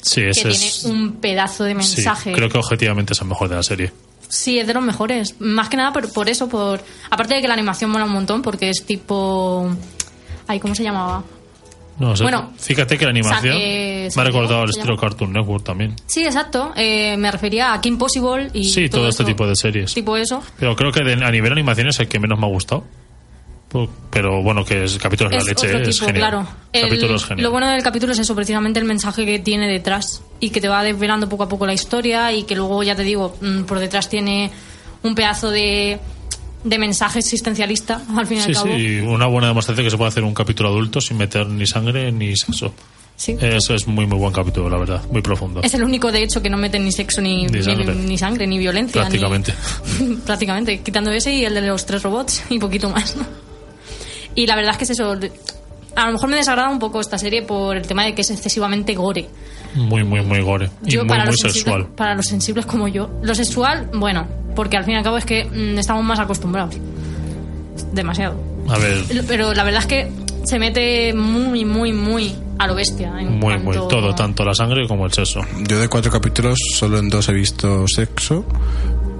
[SPEAKER 2] sí, ese
[SPEAKER 1] que
[SPEAKER 2] es.
[SPEAKER 1] tiene un pedazo de
[SPEAKER 2] sí,
[SPEAKER 1] mensaje.
[SPEAKER 2] creo que objetivamente es el mejor de la serie.
[SPEAKER 1] Sí, es de los mejores. Más que nada por, por eso, por aparte de que la animación mola un montón, porque es tipo... Ay, ¿cómo se llamaba?
[SPEAKER 2] No, o sea,
[SPEAKER 1] Bueno,
[SPEAKER 2] fíjate que la animación
[SPEAKER 1] eh,
[SPEAKER 2] me ha
[SPEAKER 1] Santiago,
[SPEAKER 2] recordado al
[SPEAKER 1] se
[SPEAKER 2] estilo
[SPEAKER 1] llama.
[SPEAKER 2] Cartoon Network también.
[SPEAKER 1] Sí, exacto. Eh, me refería a Kim Possible y...
[SPEAKER 2] Sí, todo este
[SPEAKER 1] eso.
[SPEAKER 2] tipo de series.
[SPEAKER 1] Tipo eso.
[SPEAKER 2] Pero creo que de- a nivel animación es el que menos me ha gustado. Po- Pero bueno, que es capítulos de la
[SPEAKER 1] Es
[SPEAKER 2] leche,
[SPEAKER 1] otro
[SPEAKER 2] es
[SPEAKER 1] tipo,
[SPEAKER 2] genial.
[SPEAKER 1] claro. El-
[SPEAKER 2] Capítulo es genial.
[SPEAKER 1] Lo bueno del capítulo es eso, precisamente el mensaje que tiene detrás y que te va desvelando poco a poco la historia y que luego, ya te digo, mm, por detrás tiene un pedazo de, de mensaje existencialista, al fin y
[SPEAKER 2] sí,
[SPEAKER 1] al cabo.
[SPEAKER 2] sí, una buena demostración que se puede hacer un capítulo adulto sin meter ni sangre ni sexo.
[SPEAKER 1] Sí.
[SPEAKER 2] Eso es muy, muy buen capítulo, la verdad. Muy profundo.
[SPEAKER 1] Es el único, de hecho, que no meten ni sexo, ni,
[SPEAKER 2] Ni
[SPEAKER 1] ni-
[SPEAKER 2] sangre.
[SPEAKER 1] ni sangre, ni violencia. ni-
[SPEAKER 2] Prácticamente.
[SPEAKER 1] prácticamente, quitando ese y el de los tres robots y poquito más. ¿no? Y la verdad es que es eso. A lo mejor me desagrada un poco esta serie por el tema de que es excesivamente gore.
[SPEAKER 2] Muy, muy, muy gore. Y muy, muy sexual.
[SPEAKER 1] Sensibles, para los sensibles como yo. Lo sexual, bueno, porque al fin y al cabo es que mm, estamos más acostumbrados. Demasiado.
[SPEAKER 2] A ver,
[SPEAKER 1] Lo- Pero la verdad es que se mete muy, muy, muy a lo bestia. En
[SPEAKER 2] muy, muy.
[SPEAKER 1] cuanto-
[SPEAKER 2] Todo, tanto la sangre como el sexo.
[SPEAKER 3] Yo de cuatro capítulos, solo en dos he visto sexo,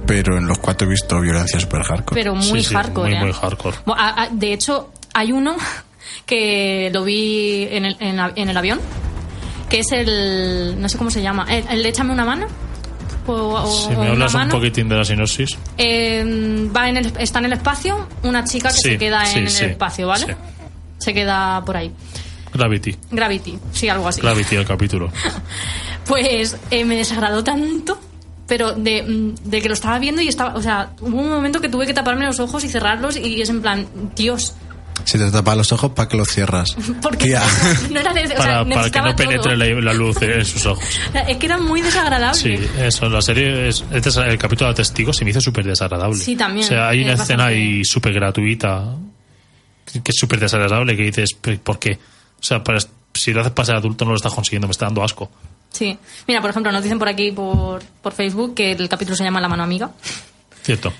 [SPEAKER 3] pero en los cuatro he visto violencia super hardcore.
[SPEAKER 1] Pero muy
[SPEAKER 2] Sí, sí,
[SPEAKER 1] hardcore.
[SPEAKER 2] muy,
[SPEAKER 1] ¿eh?
[SPEAKER 2] muy hardcore.
[SPEAKER 1] Bo- a- a- de hecho, hay uno que lo vi en el, en la- en el avión, que es el. No sé cómo se llama. El, el de Échame una mano. O, o-
[SPEAKER 2] Si
[SPEAKER 1] o
[SPEAKER 2] me
[SPEAKER 1] una
[SPEAKER 2] hablas un
[SPEAKER 1] mano.
[SPEAKER 2] poquitín de la sinopsis.
[SPEAKER 1] Eh, va en el- está en el espacio una chica que
[SPEAKER 2] Sí,
[SPEAKER 1] se queda
[SPEAKER 2] sí,
[SPEAKER 1] en
[SPEAKER 2] sí,
[SPEAKER 1] el espacio, ¿vale?
[SPEAKER 2] sí.
[SPEAKER 1] Se queda por ahí.
[SPEAKER 2] Gravity.
[SPEAKER 1] Gravity, sí, algo así.
[SPEAKER 2] Gravity, el capítulo.
[SPEAKER 1] Pues eh, me desagradó tanto, pero de, mm, de que lo estaba viendo y estaba. O sea, hubo un momento que tuve que taparme los ojos y cerrarlos y es en plan, Dios.
[SPEAKER 3] Si te tapas los ojos, ¿para que los cierras?
[SPEAKER 1] Porque
[SPEAKER 3] Tía.
[SPEAKER 1] no era de- o sea,
[SPEAKER 2] Para, para que
[SPEAKER 1] necesitaba
[SPEAKER 2] no penetre
[SPEAKER 1] todo.
[SPEAKER 2] la, la luz en sus ojos.
[SPEAKER 1] O sea, Es que era muy desagradable.
[SPEAKER 2] Sí, eso, la serie, es, este es el capítulo de testigos se me hizo súper desagradable.
[SPEAKER 1] Sí, también,
[SPEAKER 2] O sea, hay una
[SPEAKER 1] es
[SPEAKER 2] escena
[SPEAKER 1] bastante-
[SPEAKER 2] ahí súper gratuita, que es súper desagradable, que dices, "P- ¿por qué? O sea, para- si lo haces para ser adulto no lo estás consiguiendo, me está dando asco.
[SPEAKER 1] Sí. Mira, por ejemplo, nos dicen por aquí, por, por Facebook, que el capítulo se llama La mano amiga.
[SPEAKER 2] Cierto.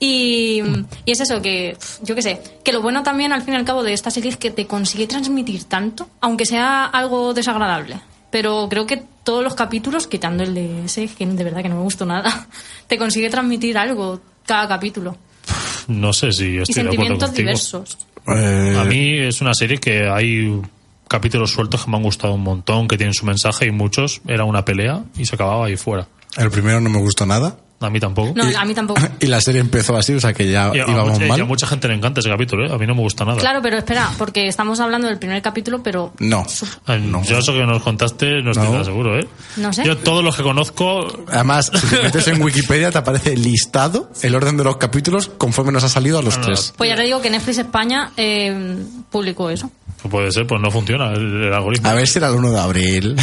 [SPEAKER 1] Y,
[SPEAKER 2] Mm.
[SPEAKER 1] y es eso, que pf, yo qué sé, que lo bueno también al fin y al cabo de esta serie es que te consigue transmitir tanto, aunque sea algo desagradable. Pero creo que todos los capítulos, quitando el de ese, que de verdad que no me gustó nada, te consigue transmitir algo cada capítulo.
[SPEAKER 2] No sé si
[SPEAKER 1] Y
[SPEAKER 2] estoy de acuerdo
[SPEAKER 1] sentimientos
[SPEAKER 2] contigo.
[SPEAKER 1] diversos.
[SPEAKER 3] Eh,
[SPEAKER 2] A mí es una serie que hay capítulos sueltos que me han gustado un montón, que tienen su mensaje y muchos. Era una pelea y se acababa ahí fuera.
[SPEAKER 3] el primero no me gustó nada.
[SPEAKER 2] A mí tampoco.
[SPEAKER 1] No, a mí tampoco.
[SPEAKER 3] Y la serie empezó así, o sea que ya
[SPEAKER 2] Y a,
[SPEAKER 3] íbamos
[SPEAKER 2] mucha, y
[SPEAKER 3] mal.
[SPEAKER 2] a mucha gente le encanta ese capítulo, ¿eh? A mí no me gusta nada.
[SPEAKER 1] Claro, pero espera, porque estamos hablando del primer capítulo, pero
[SPEAKER 3] No.
[SPEAKER 2] Ay, Yo eso que nos contaste no estoy
[SPEAKER 3] No.
[SPEAKER 2] tan seguro, ¿eh?
[SPEAKER 1] No sé.
[SPEAKER 2] Yo todos los que conozco...
[SPEAKER 3] Además, si te metes en Wikipedia te aparece listado el orden de los capítulos conforme nos ha salido a los
[SPEAKER 2] Ah, no.
[SPEAKER 3] tres.
[SPEAKER 1] pues ya te digo que Netflix España eh, publicó eso.
[SPEAKER 2] no Puede ser, pues no funciona el, el algoritmo.
[SPEAKER 3] A ver si era el 1 de abril.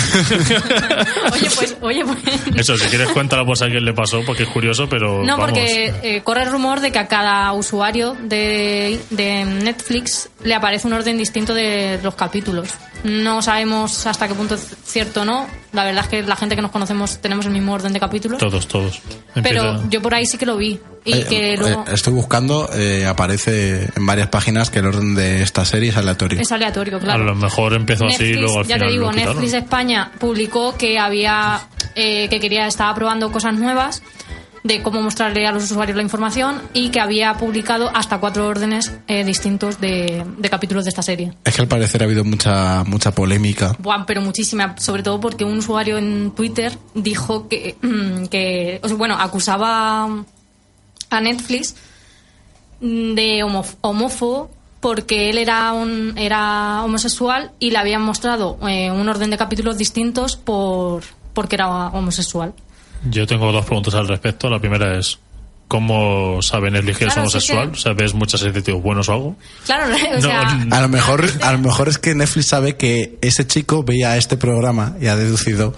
[SPEAKER 1] Oye, pues, oye, pues.
[SPEAKER 2] Eso, si quieres cuéntalo pues a quién le pasó, porque es curioso, pero
[SPEAKER 1] No,
[SPEAKER 2] vamos.
[SPEAKER 1] porque eh, corre el rumor de que a cada usuario de, de Netflix le aparece un orden distinto de los capítulos. No sabemos hasta qué punto es cierto o no, La verdad es que la gente que nos conocemos tenemos el mismo orden de capítulos.
[SPEAKER 2] Todos, todos.
[SPEAKER 1] Pero
[SPEAKER 2] Empieza-
[SPEAKER 1] yo por ahí sí que lo vi. Y
[SPEAKER 3] Eh,
[SPEAKER 1] que
[SPEAKER 3] eh,
[SPEAKER 1] luego
[SPEAKER 3] estoy buscando, eh, aparece en varias páginas que el orden de esta serie es aleatorio.
[SPEAKER 1] es aleatorio,
[SPEAKER 2] A
[SPEAKER 1] claro.
[SPEAKER 2] lo mejor empezó así y luego al
[SPEAKER 1] ya
[SPEAKER 2] final
[SPEAKER 1] te digo,
[SPEAKER 2] lo quitaron.
[SPEAKER 1] Netflix España publicó que había eh, que quería estaba probando cosas nuevas de cómo mostrarle a los usuarios la información y que había publicado hasta cuatro órdenes eh, distintos de, de capítulos de esta serie.
[SPEAKER 3] Es que al parecer ha habido mucha mucha polémica.
[SPEAKER 1] Buah, pero muchísima, sobre todo porque un usuario en Twitter dijo que, mm, que o sea, bueno, acusaba a Netflix de homo- homófobo porque él era un era homosexual y le habían mostrado eh, un orden de capítulos distintos por porque era homosexual.
[SPEAKER 2] Yo tengo dos preguntas al respecto. La primera es, ¿cómo sabe Netflix que
[SPEAKER 1] Claro,
[SPEAKER 2] es
[SPEAKER 1] sí
[SPEAKER 2] homosexual?
[SPEAKER 1] que-
[SPEAKER 2] ¿Sabes muchas series de tíos buenos o algo?
[SPEAKER 1] Claro, o
[SPEAKER 2] No,
[SPEAKER 1] sea,
[SPEAKER 2] no.
[SPEAKER 3] A lo mejor a lo mejor es que Netflix sabe que ese chico veía este programa y ha deducido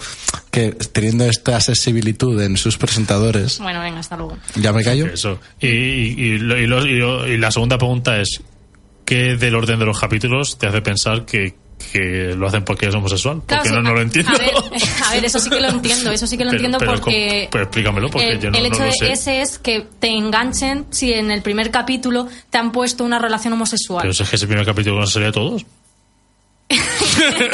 [SPEAKER 3] que teniendo esta accesibilidad en sus presentadores,
[SPEAKER 1] bueno, venga, hasta luego.
[SPEAKER 3] ya me callo.
[SPEAKER 2] Eso. Y, y- y lo- y lo- y lo- y la segunda pregunta es, ¿qué del orden de los capítulos te hace pensar que, que lo hacen porque es homosexual? Porque
[SPEAKER 1] Claro,
[SPEAKER 2] no,
[SPEAKER 1] sí,
[SPEAKER 2] no
[SPEAKER 1] a-
[SPEAKER 2] lo entiendo.
[SPEAKER 1] A ver, a ver, eso sí que lo entiendo, eso sí que lo
[SPEAKER 2] Pero-
[SPEAKER 1] entiendo
[SPEAKER 2] pero
[SPEAKER 1] porque...
[SPEAKER 2] com- pero explícamelo, porque
[SPEAKER 1] el,
[SPEAKER 2] yo no-
[SPEAKER 1] el
[SPEAKER 2] no
[SPEAKER 1] hecho
[SPEAKER 2] lo
[SPEAKER 1] de
[SPEAKER 2] sé.
[SPEAKER 1] ese es que te enganchen si en el primer capítulo te han puesto una relación homosexual.
[SPEAKER 2] Pero si es que ese primer capítulo no sería de todos.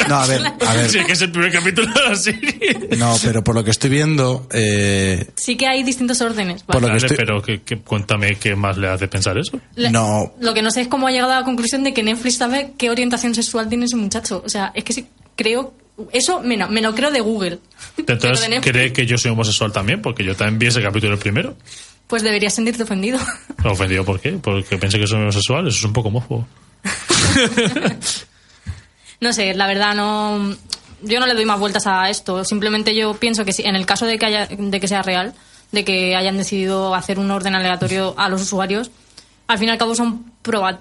[SPEAKER 3] No, a ver, a
[SPEAKER 2] Si
[SPEAKER 3] ver.
[SPEAKER 2] es que es el primer capítulo de la serie.
[SPEAKER 3] No, pero por lo que estoy viendo, eh,
[SPEAKER 1] Sí que hay distintos órdenes.
[SPEAKER 3] Por
[SPEAKER 1] vale.
[SPEAKER 3] lo que
[SPEAKER 2] Vale,
[SPEAKER 3] estoy-
[SPEAKER 2] pero que, que- cuéntame qué más le hace pensar eso.
[SPEAKER 1] Le-
[SPEAKER 3] no.
[SPEAKER 1] Lo que no sé es cómo ha llegado a la conclusión de que Netflix sabe qué orientación sexual tiene ese muchacho. O sea, es que sí, creo... Eso me, lo- me lo creo de Google. Pero de
[SPEAKER 2] Entonces,
[SPEAKER 1] Netflix,
[SPEAKER 2] ¿cree que yo soy homosexual también? Porque yo también vi ese capítulo el primero.
[SPEAKER 1] Pues deberías sentirte ofendido.
[SPEAKER 2] ¿Ofendido por qué? Porque pensé que soy homosexual. Eso es un poco mofo.
[SPEAKER 1] No sé, la verdad no. Yo no le doy más vueltas a esto. Simplemente yo pienso que si, en el caso de que haya, de que sea real, de que hayan decidido hacer un orden aleatorio a los usuarios, al fin y al cabo son proba-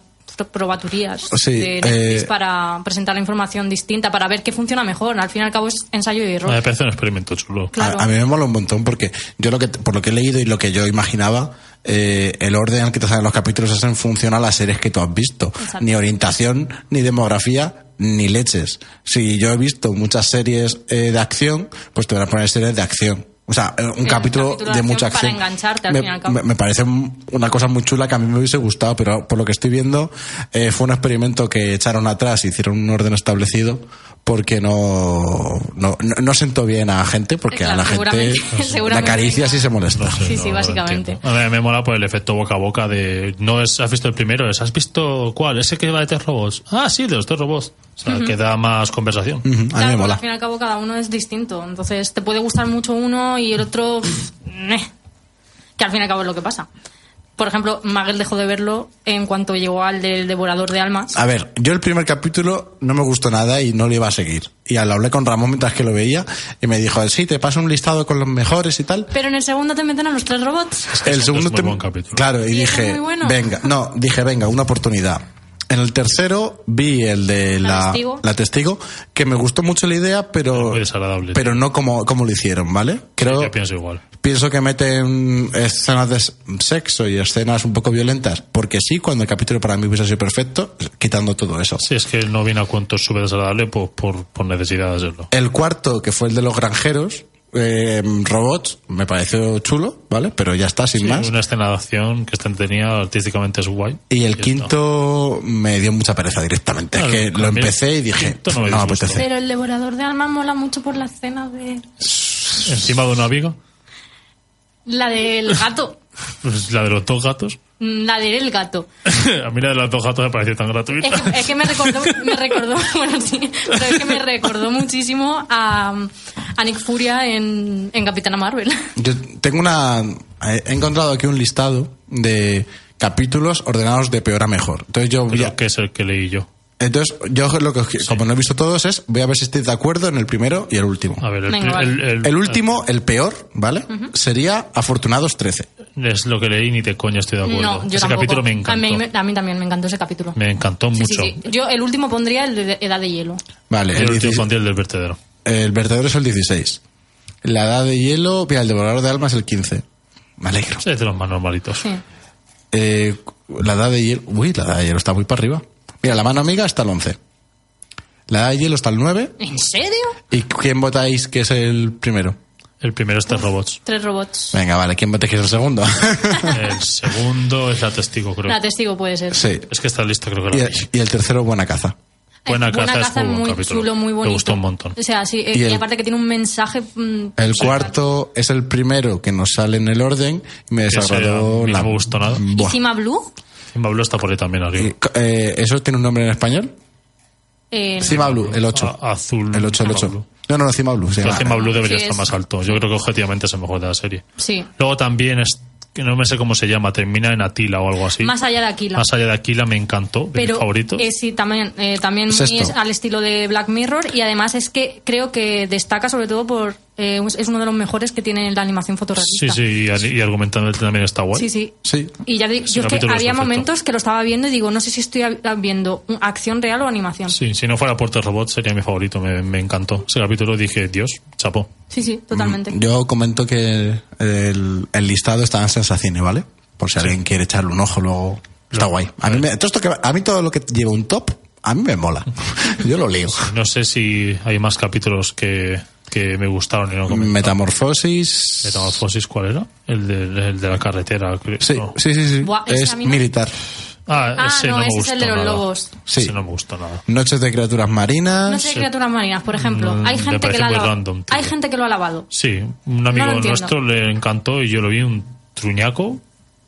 [SPEAKER 1] probaturías
[SPEAKER 3] Sí,
[SPEAKER 1] de Netflix
[SPEAKER 3] eh,
[SPEAKER 1] para presentar la información distinta, para ver qué funciona mejor. Al fin y al cabo es ensayo y error.
[SPEAKER 2] Me parece un experimento chulo.
[SPEAKER 1] Claro.
[SPEAKER 3] A, a mí me mola un montón porque yo lo que por lo que he leído y lo que yo imaginaba eh, el orden al que te salen los capítulos es en función a las series que tú has visto
[SPEAKER 1] Exacto.
[SPEAKER 3] ni orientación ni demografía ni leches si yo he visto muchas series eh, de acción pues te van a poner series de acción o sea, eh, un
[SPEAKER 1] Sí,
[SPEAKER 3] capítulo,
[SPEAKER 1] un capítulo
[SPEAKER 3] de
[SPEAKER 1] de
[SPEAKER 3] mucha acción.
[SPEAKER 1] acción para engancharte, al
[SPEAKER 3] me,
[SPEAKER 1] fin y al cabo.
[SPEAKER 3] me- me parece un- una cosa muy chula que a mí me hubiese gustado, pero por lo que estoy viendo, eh, fue un experimento que echaron atrás, hicieron un orden establecido, porque no, no, no, no sentó bien a gente, porque
[SPEAKER 1] Claro,
[SPEAKER 3] a la gente
[SPEAKER 1] seguramente-
[SPEAKER 3] la
[SPEAKER 1] seguramente
[SPEAKER 3] caricia
[SPEAKER 1] venga.
[SPEAKER 3] sí se molesta.
[SPEAKER 2] No sé,
[SPEAKER 1] Sí,
[SPEAKER 2] no
[SPEAKER 1] sí,
[SPEAKER 2] lo
[SPEAKER 1] básicamente.
[SPEAKER 2] entiendo. A mí me mola por el efecto boca a boca de... No es, has visto el primero, es, has visto cuál, ese que va de tres robots. Ah, sí, de los tres robots. O sea, que da más conversación.
[SPEAKER 3] Ujú, A mí
[SPEAKER 1] Claro,
[SPEAKER 3] me
[SPEAKER 1] porque
[SPEAKER 3] mola.
[SPEAKER 1] Al fin y al cabo cada uno es distinto. Entonces te puede gustar mucho uno y el otro... pff, meh. que al fin y al cabo es lo que pasa. Por ejemplo, Magel dejó de verlo en cuanto llegó al del Devorador de Almas.
[SPEAKER 3] A ver, yo el primer capítulo no me gustó nada y no lo iba a seguir. Y al hablé con Ramón mientras que lo veía y me dijo, sí, te paso un listado con los mejores y tal.
[SPEAKER 1] Pero en el segundo te meten a los tres robots.
[SPEAKER 2] que
[SPEAKER 3] el
[SPEAKER 2] es
[SPEAKER 3] segundo
[SPEAKER 2] muy
[SPEAKER 3] tem-
[SPEAKER 2] buen capítulo.
[SPEAKER 3] Claro, y
[SPEAKER 1] Sí, está
[SPEAKER 3] dije,
[SPEAKER 1] muy bueno.
[SPEAKER 3] venga, no, dije, venga, una oportunidad. En el tercero vi el de
[SPEAKER 1] La
[SPEAKER 3] la,
[SPEAKER 1] testigo.
[SPEAKER 3] la testigo, que me gustó mucho la idea, pero,
[SPEAKER 2] Muy desagradable.
[SPEAKER 3] pero no como, como lo hicieron, ¿vale? Creo,
[SPEAKER 2] Yo pienso igual.
[SPEAKER 3] pienso que meten escenas de s- sexo y escenas un poco violentas, porque sí, cuando el capítulo para mí hubiese sido perfecto, quitando todo eso.
[SPEAKER 2] Si es que no viene a cuento súper desagradable pues, por, por necesidad de hacerlo.
[SPEAKER 3] El cuarto, que fue el de los granjeros, eh, robots, me pareció chulo, ¿vale? Pero ya está, sin
[SPEAKER 2] Sí,
[SPEAKER 3] más.
[SPEAKER 2] Una escena de acción que está entretenida, artísticamente es guay.
[SPEAKER 3] Y el
[SPEAKER 2] está.
[SPEAKER 3] quinto me dio mucha pereza directamente.
[SPEAKER 2] Claro,
[SPEAKER 3] es que
[SPEAKER 2] a mí
[SPEAKER 3] lo
[SPEAKER 2] el
[SPEAKER 3] empecé y dije,
[SPEAKER 2] quinto no me
[SPEAKER 3] no pues me
[SPEAKER 2] disgustó".
[SPEAKER 3] apetece.
[SPEAKER 1] Pero el Devorador de Almas mola mucho por la escena de...
[SPEAKER 2] Encima de una viga,
[SPEAKER 1] La del gato.
[SPEAKER 2] pues, la de los dos gatos.
[SPEAKER 1] Mm, La del gato.
[SPEAKER 2] a mí la de los dos gatos me pareció tan gratuita.
[SPEAKER 1] Es que, es que me recordó, me recordó, bueno, sí, pero es que me recordó muchísimo a, a Nick Furia en, en Capitana Marvel.
[SPEAKER 3] Yo tengo una. He encontrado aquí un listado de capítulos ordenados de peor a mejor. Entonces yo. voy a-
[SPEAKER 2] Creo que es el que leí yo.
[SPEAKER 3] entonces yo lo que os qui- como no he visto todos es voy a ver si estáis de acuerdo en el primero y el último.
[SPEAKER 2] A ver, el,
[SPEAKER 1] Venga,
[SPEAKER 2] pri-
[SPEAKER 1] vale.
[SPEAKER 2] el- el-
[SPEAKER 3] El último, el peor, ¿vale? Sería Afortunados 13.
[SPEAKER 2] es lo que leí, ni de coña estoy de acuerdo.
[SPEAKER 1] No, yo
[SPEAKER 2] Ese
[SPEAKER 1] tampoco.
[SPEAKER 2] capítulo me
[SPEAKER 1] A
[SPEAKER 2] encantó.
[SPEAKER 1] mí, me- a mí también me encantó ese capítulo.
[SPEAKER 2] Me encantó
[SPEAKER 1] Sí, sí,
[SPEAKER 2] mucho.
[SPEAKER 1] sí. Yo el último pondría el de Edad de Hielo.
[SPEAKER 3] Vale,
[SPEAKER 2] El último
[SPEAKER 3] 16
[SPEAKER 2] pondría el del vertedero.
[SPEAKER 3] El verdadero es el 16. La edad de hielo, mira, el devorador de almas es el 15. Me alegro.
[SPEAKER 2] Es de los más normalitos.
[SPEAKER 1] Sí.
[SPEAKER 3] Eh, la edad de hielo. Uy, la edad de hielo está muy para arriba. Mira, la mano amiga está al 11. La edad de hielo está el 9.
[SPEAKER 1] ¿En serio?
[SPEAKER 3] ¿Y quién votáis que es el primero?
[SPEAKER 2] El primero es Tres Robots.
[SPEAKER 1] Tres robots.
[SPEAKER 3] Venga, vale, ¿quién votáis que es el segundo?
[SPEAKER 2] El segundo es La Testigo, creo.
[SPEAKER 1] La testigo puede ser.
[SPEAKER 3] sí.
[SPEAKER 2] Es que esta lista creo que
[SPEAKER 3] Y
[SPEAKER 2] la
[SPEAKER 3] el,
[SPEAKER 2] vi.
[SPEAKER 3] y el tercero, buena caza.
[SPEAKER 2] Buena caza es muy buen
[SPEAKER 1] muy
[SPEAKER 2] capítulo.
[SPEAKER 1] chulo, muy
[SPEAKER 2] Me
[SPEAKER 1] bonito.
[SPEAKER 2] gustó un montón.
[SPEAKER 1] O sea, sí, eh,
[SPEAKER 3] Y
[SPEAKER 1] y,
[SPEAKER 3] el-
[SPEAKER 1] aparte que tiene un mensaje. mm,
[SPEAKER 3] El
[SPEAKER 1] sí.
[SPEAKER 3] cuarto es el primero que nos sale en el orden y me
[SPEAKER 2] Ese a
[SPEAKER 3] desagradó
[SPEAKER 2] mí no
[SPEAKER 3] la...
[SPEAKER 2] me gustó nada.
[SPEAKER 1] ¿Y
[SPEAKER 3] Buah.
[SPEAKER 1] Cima Blue?
[SPEAKER 2] Cima Blue está por ahí también
[SPEAKER 3] Y,
[SPEAKER 2] arriba.
[SPEAKER 3] eh, ¿Eso tiene un nombre en español?
[SPEAKER 1] Eh,
[SPEAKER 3] Cima Blue, el 8.
[SPEAKER 2] A- azul.
[SPEAKER 3] Ah, El 8, el
[SPEAKER 2] Ah, Cima
[SPEAKER 3] 8.
[SPEAKER 2] Blue.
[SPEAKER 3] No, no, no, Cima Blue. se
[SPEAKER 2] Pero
[SPEAKER 3] llama.
[SPEAKER 2] Cima Blue debería
[SPEAKER 1] Sí,
[SPEAKER 2] estar
[SPEAKER 1] es-
[SPEAKER 2] más alto. Yo creo que objetivamente es el mejor de la serie.
[SPEAKER 1] Sí.
[SPEAKER 2] Luego también es que no me sé cómo se llama, termina en Atila o algo así.
[SPEAKER 1] Más allá de Aquila.
[SPEAKER 2] Más allá de Aquila me encantó, de
[SPEAKER 1] pero
[SPEAKER 2] mis favoritos.
[SPEAKER 1] eh, sí, también, eh, también
[SPEAKER 3] Sexto.
[SPEAKER 1] muy es al estilo de Black Mirror y además es que creo que destaca sobre todo por... eh, es uno de los mejores que tiene la animación
[SPEAKER 2] Sí,
[SPEAKER 1] fotorrealista.
[SPEAKER 2] sí, y, y argumentalmente también está guay.
[SPEAKER 1] Sí, sí.
[SPEAKER 3] Sí.
[SPEAKER 1] Y ya digo,
[SPEAKER 2] Ese
[SPEAKER 1] yo es que
[SPEAKER 2] capítulo es
[SPEAKER 1] había
[SPEAKER 2] perfecto.
[SPEAKER 1] momentos que lo estaba viendo y digo, no sé si estoy a- viendo un- acción real o animación. Sí,
[SPEAKER 2] Sí, si no fuera Puerto Robot sería mi favorito, me, me encantó. Ese capítulo dije, Dios, chapo.
[SPEAKER 1] sí, totalmente.
[SPEAKER 2] Mm.
[SPEAKER 3] Yo comento que el, el listado está en Sensacine, ¿vale? Por si alguien quiere echarle un ojo luego. Está
[SPEAKER 2] Lo-
[SPEAKER 3] guay. A mí, me- todo esto que, a mí todo lo que lleva un top, a mí me mola. Yo lo leo.
[SPEAKER 2] No sé si hay más capítulos que, que me gustaron y
[SPEAKER 3] Mm.
[SPEAKER 2] no comenté.
[SPEAKER 3] Metamorfosis.
[SPEAKER 2] Metamorfosis, ¿cuál era? El de, el de la carretera. creo.
[SPEAKER 3] Sí,
[SPEAKER 2] No.
[SPEAKER 3] sí, sí. sí.
[SPEAKER 1] Buah, ese
[SPEAKER 3] es
[SPEAKER 1] a mí no-
[SPEAKER 3] militar.
[SPEAKER 2] Ah,
[SPEAKER 1] Ah,
[SPEAKER 2] ese no,
[SPEAKER 1] no,
[SPEAKER 2] me
[SPEAKER 1] ese es
[SPEAKER 2] gustó
[SPEAKER 1] el de los
[SPEAKER 2] nada.
[SPEAKER 1] lobos.
[SPEAKER 3] Sí.
[SPEAKER 2] Ese no me gustó nada.
[SPEAKER 3] Noches de criaturas marinas.
[SPEAKER 1] No sé, criaturas marinas, por ejemplo.
[SPEAKER 2] Mm,
[SPEAKER 1] hay
[SPEAKER 2] me
[SPEAKER 1] gente que
[SPEAKER 2] parece
[SPEAKER 1] la ha
[SPEAKER 2] muy
[SPEAKER 1] alabado.
[SPEAKER 2] random, tío.
[SPEAKER 1] Hay gente que lo ha alabado.
[SPEAKER 2] Sí, un amigo
[SPEAKER 1] No lo entiendo.
[SPEAKER 2] nuestro le encantó y yo lo vi un truñaco,